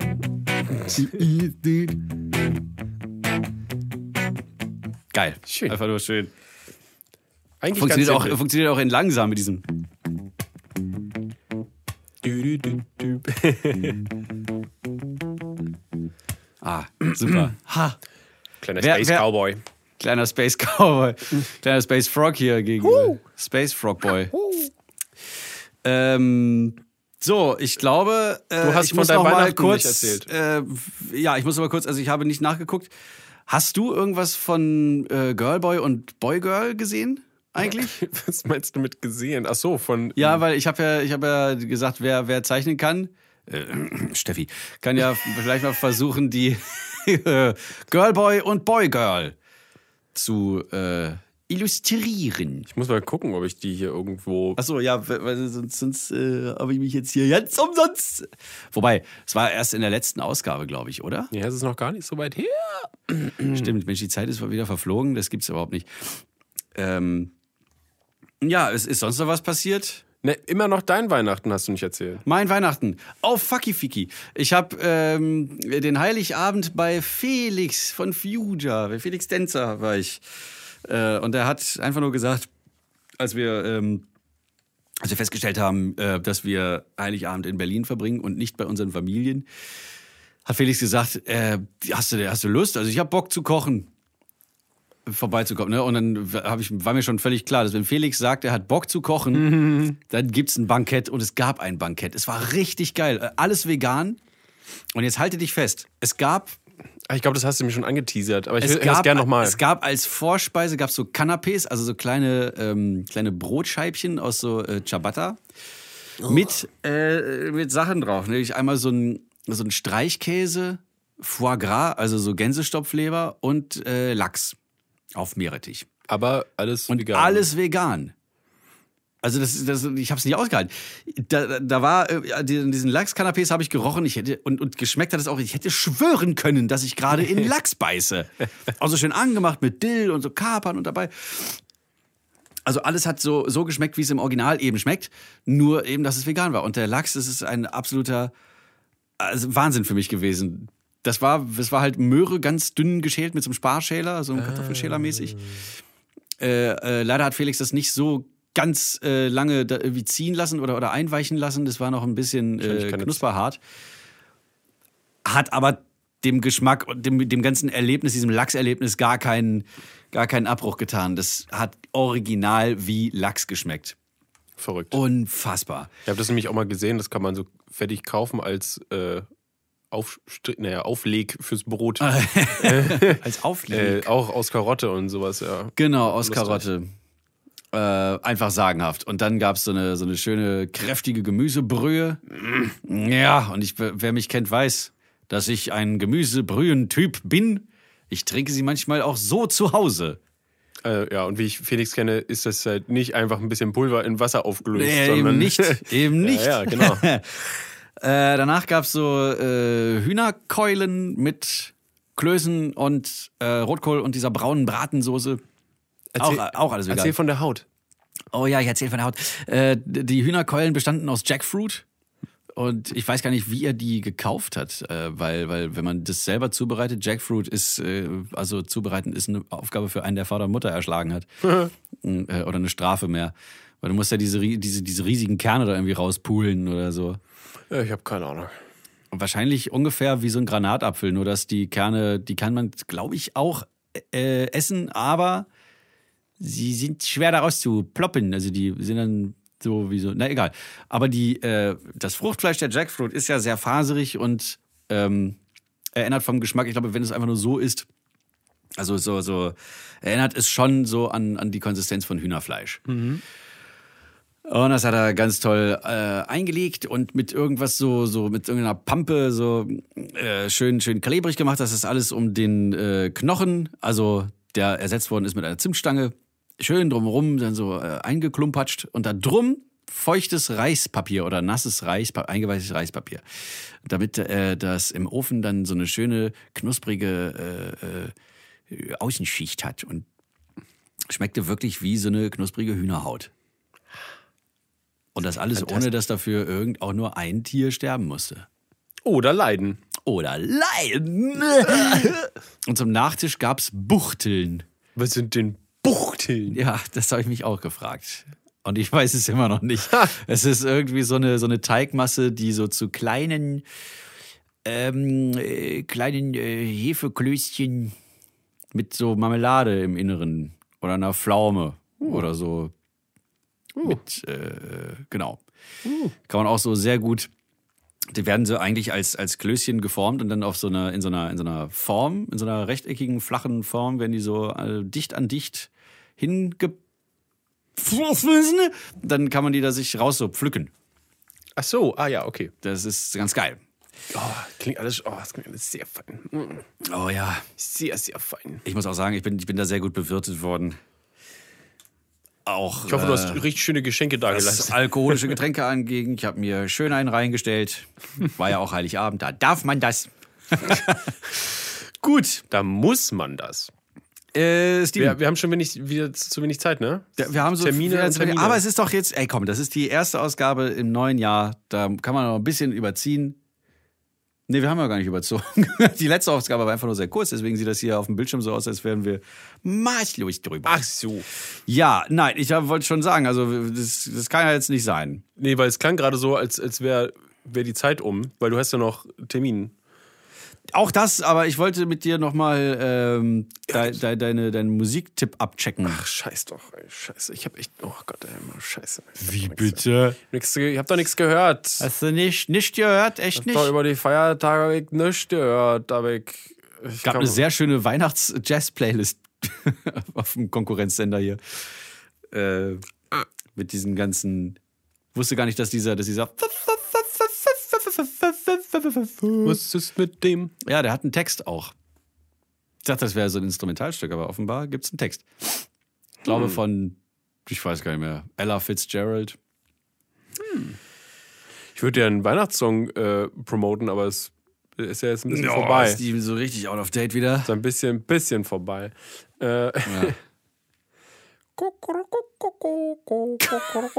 A: Geil.
B: Schön.
A: Einfach nur schön.
B: Eigentlich
A: Funktioniert
B: ganz
A: auch,
B: simpel.
A: funktioniert auch in langsam mit diesem.
B: Dü, dü, dü, dü.
A: Ah, super. ha.
B: Kleiner
A: Wer-
B: Space
A: wer-
B: Cowboy.
A: Kleiner Space Cowboy.
B: Mhm.
A: Kleiner Space Frog hier gegen Space Frog Boy. Ähm, so, ich glaube, äh,
B: Du hast
A: ich
B: von
A: muss
B: deinem
A: noch mal
B: Weihnachten
A: kurz,
B: nicht erzählt.
A: Äh, ja, ich muss aber kurz, also ich habe nicht nachgeguckt. Hast du irgendwas von äh, Girlboy und Boygirl gesehen eigentlich?
B: Was meinst du mit gesehen? Ach so, von.
A: ja, weil ich habe ja, ich habe ja gesagt, wer wer zeichnen kann, äh, Steffi kann ja vielleicht mal versuchen, die Girlboy und Boygirl zu äh, illustrieren.
B: Ich muss mal gucken, ob ich die hier irgendwo.
A: Achso, ja, we- weil sonst, sonst äh, habe ich mich jetzt hier ganz umsonst. Wobei, es war erst in der letzten Ausgabe, glaube ich, oder?
B: Ja, es ist noch gar nicht so weit her.
A: Stimmt, Mensch, die Zeit ist mal wieder verflogen, das gibt's überhaupt nicht. Ähm, ja, es ist sonst noch was passiert.
B: Ne, immer noch dein Weihnachten hast du nicht erzählt.
A: Mein Weihnachten. Oh, fucky Fiki. Ich habe ähm, den Heiligabend bei Felix von Future, bei Felix Denzer war ich. Äh, und er hat einfach nur gesagt, als wir, ähm, als wir festgestellt haben, äh, dass wir Heiligabend in Berlin verbringen und nicht bei unseren Familien, hat Felix gesagt, äh, hast, du, hast du Lust? Also ich habe Bock zu kochen vorbeizukommen, ne? Und dann hab ich, war mir schon völlig klar, dass wenn Felix sagt, er hat Bock zu kochen, dann gibt's ein Bankett und es gab ein Bankett. Es war richtig geil. Äh, Alles vegan. Und jetzt halte dich fest. Es gab
B: Ah, ich glaube, das hast du mir schon angeteasert, aber ich
A: es
B: höre es
A: gab,
B: gerne nochmal.
A: es gab als Vorspeise gab's so Canapés, also so kleine, ähm, kleine Brotscheibchen aus so äh, Ciabatta mit, äh, mit Sachen drauf. Nämlich einmal so ein, so ein Streichkäse, Foie Gras, also so Gänsestopfleber und äh, Lachs auf Meerrettich.
B: Aber alles
A: Und
B: vegan.
A: alles vegan. Also das, das ich habe es nicht ausgehalten. Da, da- da war äh, an diesen diesen Lachskanapés habe ich gerochen, ich hätte und, und geschmeckt hat es auch. Ich hätte schwören können, dass ich gerade in Lachs beiße. Auch so schön angemacht mit Dill und so Kapern und dabei. Also alles hat so so geschmeckt, wie es im Original eben schmeckt, nur eben, dass es vegan war. Und der Lachs, das ist ein absoluter also Wahnsinn für mich gewesen. Das war, das war halt Möhre ganz dünn geschält mit so einem Sparschäler, so einem Kartoffelschäler mäßig äh, äh, leider hat Felix das nicht so ganz äh, lange da irgendwie ziehen lassen oder, oder einweichen lassen. Das war noch ein bisschen
B: Wahrscheinlich
A: äh,
B: keine-
A: knusperhart. Hat aber dem Geschmack und dem, dem ganzen Erlebnis, diesem Lachserlebnis gar keinen, gar keinen Abbruch getan. Das hat original wie Lachs geschmeckt.
B: Verrückt.
A: Unfassbar.
B: Ich habe das nämlich auch mal gesehen, das kann man so fertig kaufen als äh, Aufstri- naja, Aufleg fürs Brot.
A: Als Aufleg.
B: Äh, auch aus Karotte und sowas, ja.
A: Genau, aus
B: Lustig.
A: Karotte. Äh, einfach sagenhaft. Und dann gab es so eine, so eine schöne, kräftige Gemüsebrühe. Ja, und ich, wer mich kennt, weiß, dass ich ein Gemüsebrühen-Typ bin. Ich trinke sie manchmal auch so zu Hause.
B: Äh, ja, und wie ich Felix kenne, ist das halt nicht einfach ein bisschen Pulver in Wasser aufgelöst.
A: Äh, eben
B: sondern
A: nicht. Eben nicht.
B: Ja, ja, genau.
A: Äh, danach gab es so äh, Hühnerkeulen mit Klößen und äh, Rotkohl und dieser braunen Bratensoße.
B: Erzähl-
A: auch, auch alles vegan.
B: Erzähl von der Haut.
A: Oh ja, ich erzähle von der Haut. Äh, die Hühnerkeulen bestanden aus Jackfruit. Und ich weiß gar nicht, wie er die gekauft hat, äh, weil, weil wenn man das selber zubereitet, Jackfruit ist, äh, also zubereiten ist eine Aufgabe für einen, der Vater und Mutter erschlagen hat. Mm, äh, oder eine Strafe mehr. Weil du musst ja diese, rie- diese, diese riesigen Kerne da irgendwie rauspulen oder so.
B: Äh, Ich habe keine Ahnung.
A: Wahrscheinlich ungefähr wie so ein Granatapfel, nur dass die Kerne, die kann man, glaube ich, auch äh, essen, aber sie sind schwer daraus zu ploppen. Also die sind dann so wie so, na egal. Aber die, äh, das Fruchtfleisch der Jackfruit ist ja sehr faserig und ähm, erinnert vom Geschmack. Ich glaube, wenn es einfach nur so ist, also so, so erinnert es schon so an, an die Konsistenz von Hühnerfleisch. Und das hat er ganz toll äh, eingelegt und mit irgendwas so, so mit irgendeiner Pampe so äh, schön, schön klebrig gemacht, dass das alles um den äh, Knochen, also der ersetzt worden ist mit einer Zimtstange, schön drumherum dann so äh, eingeklumpatscht und da drum feuchtes Reispapier oder nasses Reispapier, eingeweichtes Reispapier, damit äh, das im Ofen dann so eine schöne knusprige äh, äh, Außenschicht hat und schmeckte wirklich wie so eine knusprige Hühnerhaut. Und das alles ohne, dass dafür irgend auch nur ein Tier sterben musste.
B: Oder Oh, Leiden.
A: Oder leiden. Und zum Nachtisch gab's Buchteln.
B: Was sind denn Buchteln?
A: Ja, das habe ich mich auch gefragt. Und ich weiß es immer noch nicht. es ist irgendwie so eine, so eine Teigmasse, die so zu kleinen, ähm, äh, kleinen äh, Hefeklößchen mit so Marmelade im Inneren oder einer Pflaume oder so. Mit, äh, genau. Kann man auch so sehr gut. Die werden so eigentlich als, als Klößchen geformt und dann auf so einer, in so einer, in so einer Form, in so einer rechteckigen, flachen Form, werden die so äh, dicht an dicht hingepfiffen. Dann kann man die da sich raus so pflücken.
B: Ach so, ah ja, okay.
A: Das ist ganz geil.
B: Oh, klingt alles, oh, das klingt alles sehr fein. Mm,
A: Oh ja.
B: Sehr, sehr fein.
A: Ich muss auch sagen, ich bin, ich bin da sehr gut bewirtet worden. Auch
B: Ich hoffe, du hast
A: äh,
B: richtig schöne
A: was
B: Geschenke dagelassen.
A: alkoholische Getränke anging. Ich habe mir schön einen reingestellt. War ja auch Heiligabend, da darf man das. Gut,
B: Da muss man das.
A: äh, Steven.
B: Wir, wir haben schon wenig, wieder zu wenig Zeit, ne?
A: Ja, wir haben so
B: Termine,
A: wir,
B: und Termine.
A: Aber es ist doch jetzt, ey komm, das ist die erste Ausgabe im neuen Jahr. Da kann man noch ein bisschen überziehen. Nee, wir haben ja gar nicht überzogen. Die letzte Ausgabe war einfach nur sehr kurz, deswegen sieht das hier auf dem Bildschirm so aus, als wären wir maßlos drüber.
B: Ach so.
A: Ja, nein, ich hab- wollte schon sagen, also das, das kann ja jetzt nicht sein.
B: Nee, weil es klang gerade so, als, als wäre wär die Zeit um, weil du hast ja noch Termin.
A: Auch das, aber ich wollte mit dir nochmal ähm, de, de, deine, deinen Musiktipp abchecken.
B: Ach, scheiß doch, ey, scheiße. Ich hab echt, oh Gott, ey, Mann, scheiße.
A: Wie bitte?
B: Nix, ge- ich hab doch nichts gehört. Ich
A: Hast du nicht, nicht gehört? Echt
B: hab
A: nicht?
B: doch über die Feiertage ich nichts gehört, aber ich... ich
A: gab
B: kann-
A: eine sehr schöne Weihnachts-Jazz-Playlist auf dem Konkurrenzsender hier. Äh, mit diesen ganzen. Wusste gar nicht, dass dieser, dass dieser.
B: Was ist mit dem?
A: Ja, der hat einen Text auch. Ich dachte, das wäre so ein Instrumentalstück, aber offenbar gibt es einen Text. Ich glaube von, ich weiß gar nicht mehr, Ella Fitzgerald.
B: Ich würde ja einen Weihnachtssong äh, promoten, aber es ist ja jetzt ein bisschen
A: Ja,
B: vorbei. Ist
A: Steven so richtig out of date wieder.
B: ein bisschen, bisschen vorbei. Äh,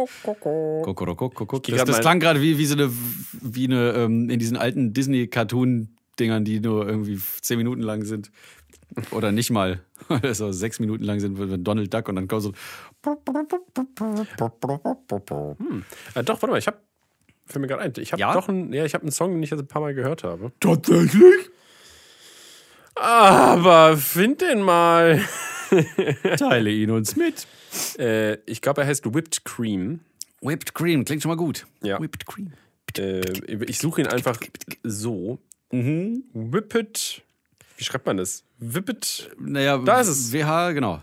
A: Kokoroko, kokok.
B: Ich
A: Das,
B: hab
A: das
B: mein-
A: klang gerade wie, wie so eine, wie eine ähm, in diesen alten Disney-Cartoon-Dingern, die nur irgendwie zehn Minuten lang sind. Oder nicht mal. Also sechs Minuten lang sind wir Donald Duck und dann kommt so.
B: Äh, doch, warte mal, ich habe fällt mir gerade ein. Ich habe
A: Ja?
B: doch einen, ja, ich habe einen Song, den ich jetzt ein paar Mal gehört habe.
A: Tatsächlich?
B: Aber find den mal.
A: Teile ihn uns mit.
B: Äh, ich glaube, er heißt Whipped Cream.
A: Whipped Cream, klingt schon mal gut.
B: Ja.
A: Whipped Cream.
B: Äh, ich suche ihn einfach so. Mhm. Whippet. Wie schreibt man das? Whippet.
A: Naja,
B: Da ist es.
A: WH, genau.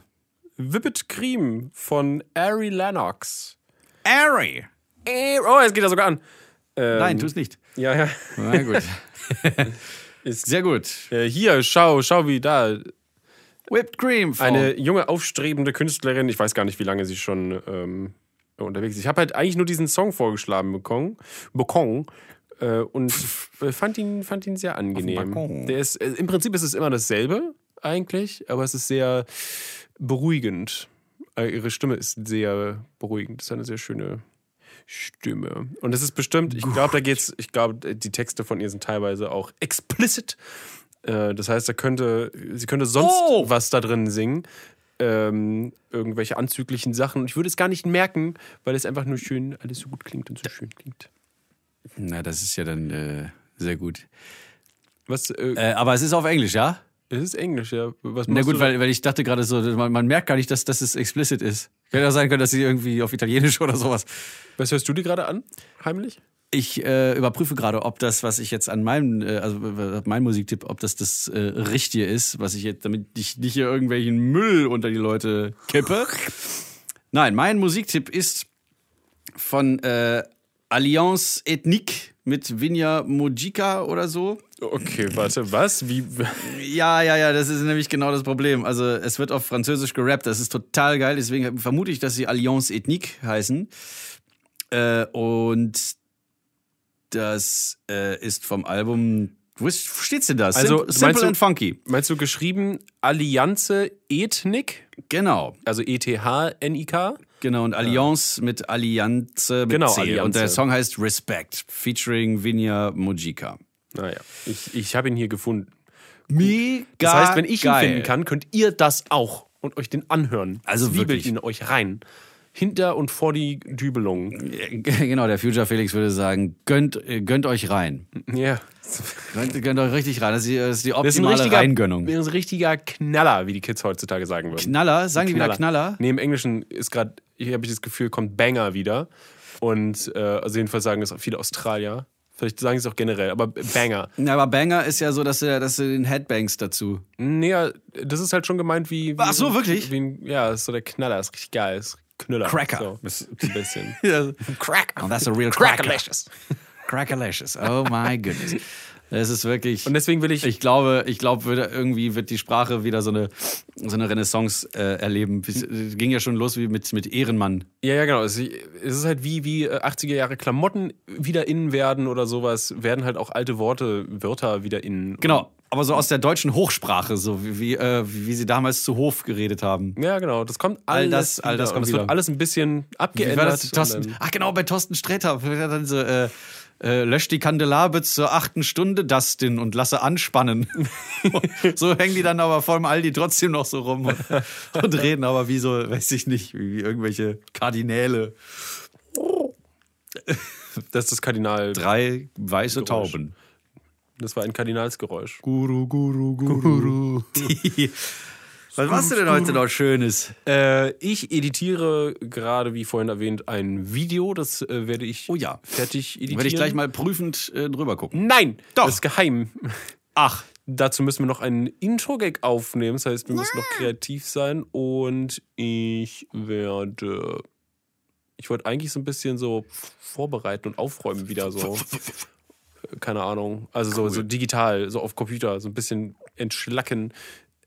B: Whippet Cream von Ari Lennox.
A: Ari!
B: Äh, Oh, jetzt geht er sogar an. Ähm,
A: Nein, tu es nicht.
B: Ja, ja.
A: Na gut.
B: Ist-
A: Sehr gut.
B: Äh, hier, schau, schau, wie da.
A: Whipped Cream. Frau.
B: Eine junge, aufstrebende Künstlerin. Ich weiß gar nicht, wie lange sie schon ähm, unterwegs ist. Ich habe halt eigentlich nur diesen Song vorgeschlagen bekommen. bekommen äh, und äh, fand, ihn, fand ihn sehr angenehm.
A: Balkon.
B: Der ist, äh, Im Prinzip ist es immer dasselbe, eigentlich, aber es ist sehr beruhigend. Äh, ihre Stimme ist sehr beruhigend. Das ist eine sehr schöne. Stimme. Und es ist bestimmt, ich glaube, da geht's, ich glaube, die Texte von ihr sind teilweise auch explicit. Äh, das heißt, da könnte, sie könnte sonst
A: Oh!
B: was da drin singen. Ähm, irgendwelche anzüglichen Sachen. Und ich würde es gar nicht merken, weil es einfach nur schön, alles so gut klingt und so schön klingt.
A: Na, das ist ja dann äh, sehr gut.
B: Was, äh,
A: Äh, aber es ist auf Englisch, ja?
B: es ist Englisch, ja. Was
A: Na
B: machst
A: gut,
B: du
A: weil, weil ich dachte gerade so, man, man merkt gar nicht, dass, dass es explicit ist. Könnte auch sein können, dass sie irgendwie auf Italienisch oder sowas.
B: da? was hörst du dir gerade an? Heimlich?
A: Ich äh, überprüfe gerade, ob das, was ich jetzt an meinem, äh, also äh, mein Musiktipp, ob das das äh, Richtige ist, was ich jetzt, damit ich nicht hier irgendwelchen Müll unter die Leute kippe. Nein, mein Musiktipp ist von äh, Alliance Ethnique mit Vinja Mojica oder so.
B: Okay, warte, was? Wie?
A: Ja, ja, ja, das ist nämlich genau das Problem. Also es wird auf Französisch gerappt, das ist total geil, deswegen vermute ich, dass sie Alliance Ethnique heißen. Äh, und das äh, ist vom Album. Wo ist- wo steht's denn da?
B: Also,
A: Sim-
B: meinst
A: Simple
B: du-
A: and Funky.
B: Meinst du geschrieben Allianze Ethnik?
A: Genau.
B: Also E-T-H-N-I-K?
A: Genau, und Allianz mit Allianze mit
B: Genau,
A: C. Und
B: Allianze.
A: der Song heißt Respect, featuring Vinja Mojica.
B: Naja, ich, ich habe ihn hier gefunden.
A: Mega
B: Das heißt, wenn ich
A: geil.
B: ihn finden kann, könnt ihr das auch und euch den anhören.
A: Also
B: Zwiebelt
A: wirklich.
B: ihn euch rein. Hinter und vor die Dübelung.
A: Genau, der Future Felix würde sagen, gönnt, äh, gönnt euch rein.
B: Ja.
A: Gönnt, gönnt euch richtig rein. Das ist die, das ist die optimale Reingönnung.
B: Das ist ein richtiger Knaller, wie die Kids heutzutage sagen würden.
A: Knaller? Sagen die wieder Knaller?
B: Nee, im Englischen ist gerade, hier habe ich das Gefühl, kommt Banger wieder. Und äh, also jedenfalls sagen das auch viele Australier. Vielleicht sagen sie es auch generell, aber Banger.
A: Na, aber Banger ist ja so, dass du, dass du den Headbangs dazu.
B: Naja, das ist halt schon gemeint wie. wie
A: Ach so, wirklich?
B: Wie ein, ja, ist so der Knaller, ist richtig geil. Ist Knüller.
A: Cracker.
B: So, ein bisschen.
A: Cracker. Oh, that's a real cracker. Crackerlashes. Oh my goodness. Es ist wirklich.
B: Und deswegen will ich.
A: ich glaube, ich glaube, wird irgendwie wird die Sprache wieder so eine, so eine Renaissance äh, erleben. Es äh, ging ja schon los wie mit, mit Ehrenmann.
B: Ja, ja, genau. Es es ist halt wie, wie äh, 80er Jahre Klamotten wieder innen werden oder sowas, werden halt auch alte Worte, Wörter wieder innen.
A: Genau, aber so aus der deutschen Hochsprache, so wie, wie, äh, wie sie damals zu Hof geredet haben.
B: Ja, genau. Das kommt
A: All
B: alles.
A: das- all
B: wieder.
A: das
B: Und
A: kommt
B: es
A: wieder.
B: wird alles ein bisschen
A: Wie
B: abgeändert.
A: war das?
B: und
A: Thorsten,
B: dann-
A: ach genau, bei Thorsten Sträter. Ja, Dann so, äh, äh, lösch die Kandelabe zur achten Stunde, Dustin, und lasse anspannen. so hängen die dann aber vor dem Aldi trotzdem noch so rum und, und reden aber wie so, weiß ich nicht, wie, wie irgendwelche Kardinäle.
B: das ist das Kardinal.
A: Drei weiße
B: Geräusch.
A: Tauben.
B: Das war ein Kardinalsgeräusch.
A: Guru, Guru, Guru. Was machst du denn heute noch Schönes?
B: Äh, ich editiere gerade, wie vorhin erwähnt, ein Video. Das äh, werde ich
A: Oh ja.
B: fertig editieren.
A: Werde ich gleich mal prüfend äh, drüber gucken.
B: Nein!
A: Doch.
B: Das ist geheim.
A: Ach,
B: Dazu müssen wir noch einen Intro-Gag aufnehmen. Das heißt, wir müssen noch kreativ sein. Und ich werde. Ich wollte eigentlich so ein bisschen so vorbereiten und aufräumen wieder so. Keine Ahnung. Also so, so digital, so auf Computer, so ein bisschen entschlacken.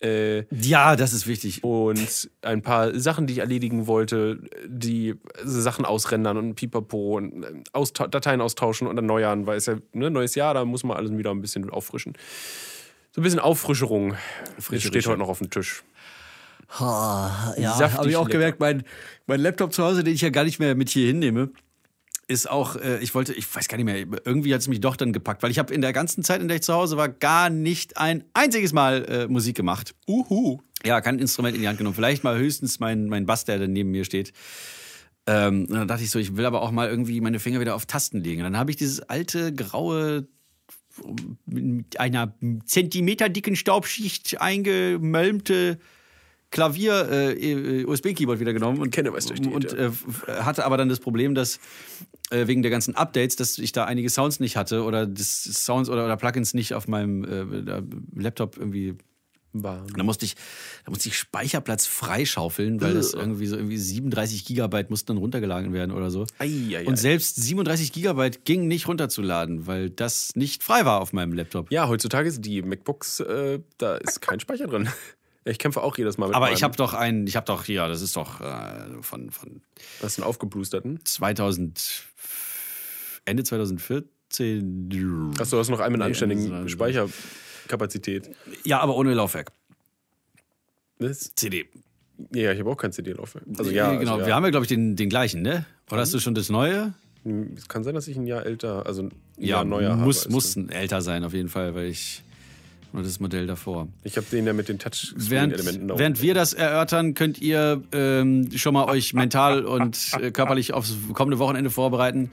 B: Äh,
A: ja, das ist wichtig.
B: und ein paar Sachen, die ich erledigen wollte, die also Sachen ausrendern und pipapo und ähm, austa Dateien austauschen und erneuern, weil es ja ne, neues Jahr, da muss man alles wieder ein bisschen auffrischen. So ein bisschen Auffrischerung Das steht heute noch auf dem Tisch.
A: Ah, ja,
B: Saftig
A: habe ich auch
B: lecker.
A: gemerkt, mein, mein Laptop zu Hause, den ich ja gar nicht mehr mit hier hinnehme, ist auch, äh, ich wollte, ich weiß gar nicht mehr, irgendwie hat es mich doch dann gepackt, weil ich habe in der ganzen Zeit, in der ich zu Hause war, gar nicht ein einziges Mal äh, Musik gemacht.
B: Uhu.
A: Ja, kein Instrument in die Hand genommen. Vielleicht mal höchstens mein, mein Bass, der dann neben mir steht. Ähm, und dann dachte ich so, ich will aber auch mal irgendwie meine Finger wieder auf Tasten legen. Und dann habe ich dieses alte, graue, mit einer zentimeterdicken Staubschicht eingemölmte Klavier äh, USB-Keyboard wieder genommen und,
B: Kenne, weiß durch die,
A: und
B: ja.
A: äh, f- hatte aber dann das Problem, dass äh, wegen der ganzen Updates, dass ich da einige Sounds nicht hatte oder das Sounds oder, oder Plugins nicht auf meinem äh, da- Laptop irgendwie.
B: Warm.
A: Da musste ich, da musste ich Speicherplatz freischaufeln, weil das irgendwie so irgendwie 37 Gigabyte mussten dann runtergeladen werden oder so.
B: Ei, ei, ei.
A: Und selbst 37 Gigabyte ging nicht runterzuladen, weil das nicht frei war auf meinem Laptop.
B: Ja, heutzutage ist die MacBooks, äh, da ist kein Speicher drin. Ich kämpfe auch jedes Mal mit
A: Aber
B: meinem.
A: ich habe doch einen, ich habe doch, ja, das ist doch äh, von, von
B: Das ist ein aufgeblusterten.
A: 2000, Ende 2014.
B: Achso, du hast noch einmal einen anständigen
A: das ist-
B: Speicherkapazität.
A: Ja, aber ohne Laufwerk.
B: Das,
A: CD.
B: ja, ich habe auch kein CD-Laufwerk. Also ja,
A: genau.
B: also,
A: Wir
B: ja. Mhm.
A: haben ja, glaube ich, den, den gleichen, ne? Oder hast du schon das neue?
B: Es kann sein, dass ich ein Jahr älter, also ein Jahr neuer habe.
A: muss,
B: als
A: muss
B: du.
A: älter sein, auf jeden Fall, weil ich nur das Modell davor.
B: Ich habe den ja mit den
A: Während,
B: Touchscreen-Elementen. da
A: während wir das erörtern, könnt ihr ähm, schon mal euch mental und äh, körperlich aufs kommende Wochenende vorbereiten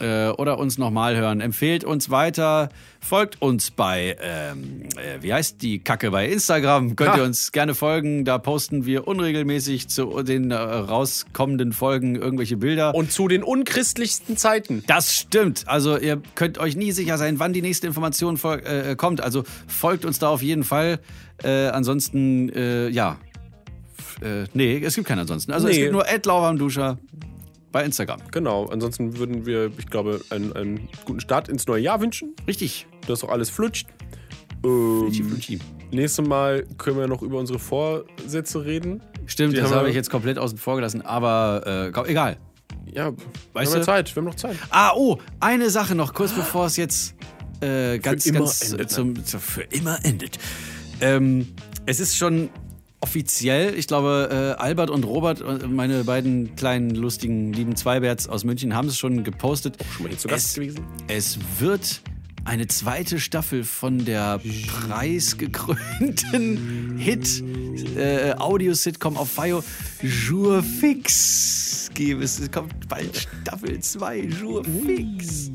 A: äh, oder uns nochmal hören. Empfehlt uns weiter, folgt uns bei, ähm, äh, wie heißt die Kacke, bei Instagram. Könnt ihr uns gerne folgen, da posten wir unregelmäßig zu den äh, rauskommenden Folgen irgendwelche Bilder.
B: Und zu den unchristlichsten Zeiten.
A: Das stimmt. Also ihr könnt euch nie sicher sein, wann die nächste Information fol- äh, kommt. Also folgt uns da auf jeden Fall. Äh, ansonsten, äh, ja. F- Äh, nee, es gibt keinen ansonsten. Also es
B: Nee.
A: gibt nur Ed Lauber am Duscher bei Instagram.
B: Genau, ansonsten würden wir, ich glaube, einen, einen guten Start ins neue Jahr wünschen,
A: Richtig.
B: dass auch alles flutscht. Ähm,
A: Flutschi, flutschi.
B: nächstes Mal können wir noch über unsere Vorsätze reden.
A: Stimmt,
B: Die
A: das
B: haben
A: habe
B: wir-
A: ich jetzt komplett außen vor gelassen, aber äh, komm, egal.
B: Ja, wir
A: Weißt
B: haben ja
A: du?
B: Zeit, wir haben noch Zeit.
A: Ah, oh, eine Sache noch, kurz bevor es jetzt äh, ganz,
B: Ah. immer
A: ganz
B: endet, ne?
A: zum, zu, für immer endet. Ähm, es ist schon offiziell, ich glaube, äh, Albert und Robert, äh, meine beiden kleinen, lustigen, lieben Zweibärts aus München, haben es schon gepostet.
B: schon mal hier zu Gast
A: es,
B: gewesen.
A: Es wird eine zweite Staffel von der preisgekrönten Hit äh, Audio-Sitcom auf Fio Jour Fix geben. Es kommt bald Staffel 2 Jour Fix.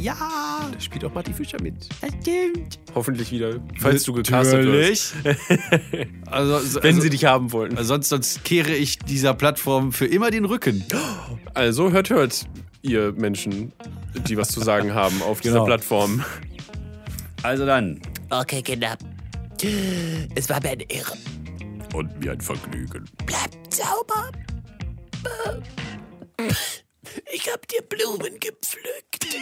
A: Ja,
B: Mm. Da spielt auch Marty Fischer mit.
A: das stimmt.
B: Hoffentlich wieder, falls du gecastet wirst.
A: also, so-
B: Wenn
A: also,
B: sie dich haben wollen.
A: Sonst, sonst kehre ich dieser Plattform für immer den Rücken.
B: Also hört, hört, ihr Menschen, die was zu sagen haben auf dieser
A: Genau.
B: Plattform.
A: Also dann.
D: Okay, Kinder. Es war mir eine Ehre.
B: Und mir ein Vergnügen.
D: Bleibt sauber. Ich hab dir Blumen gepflückt.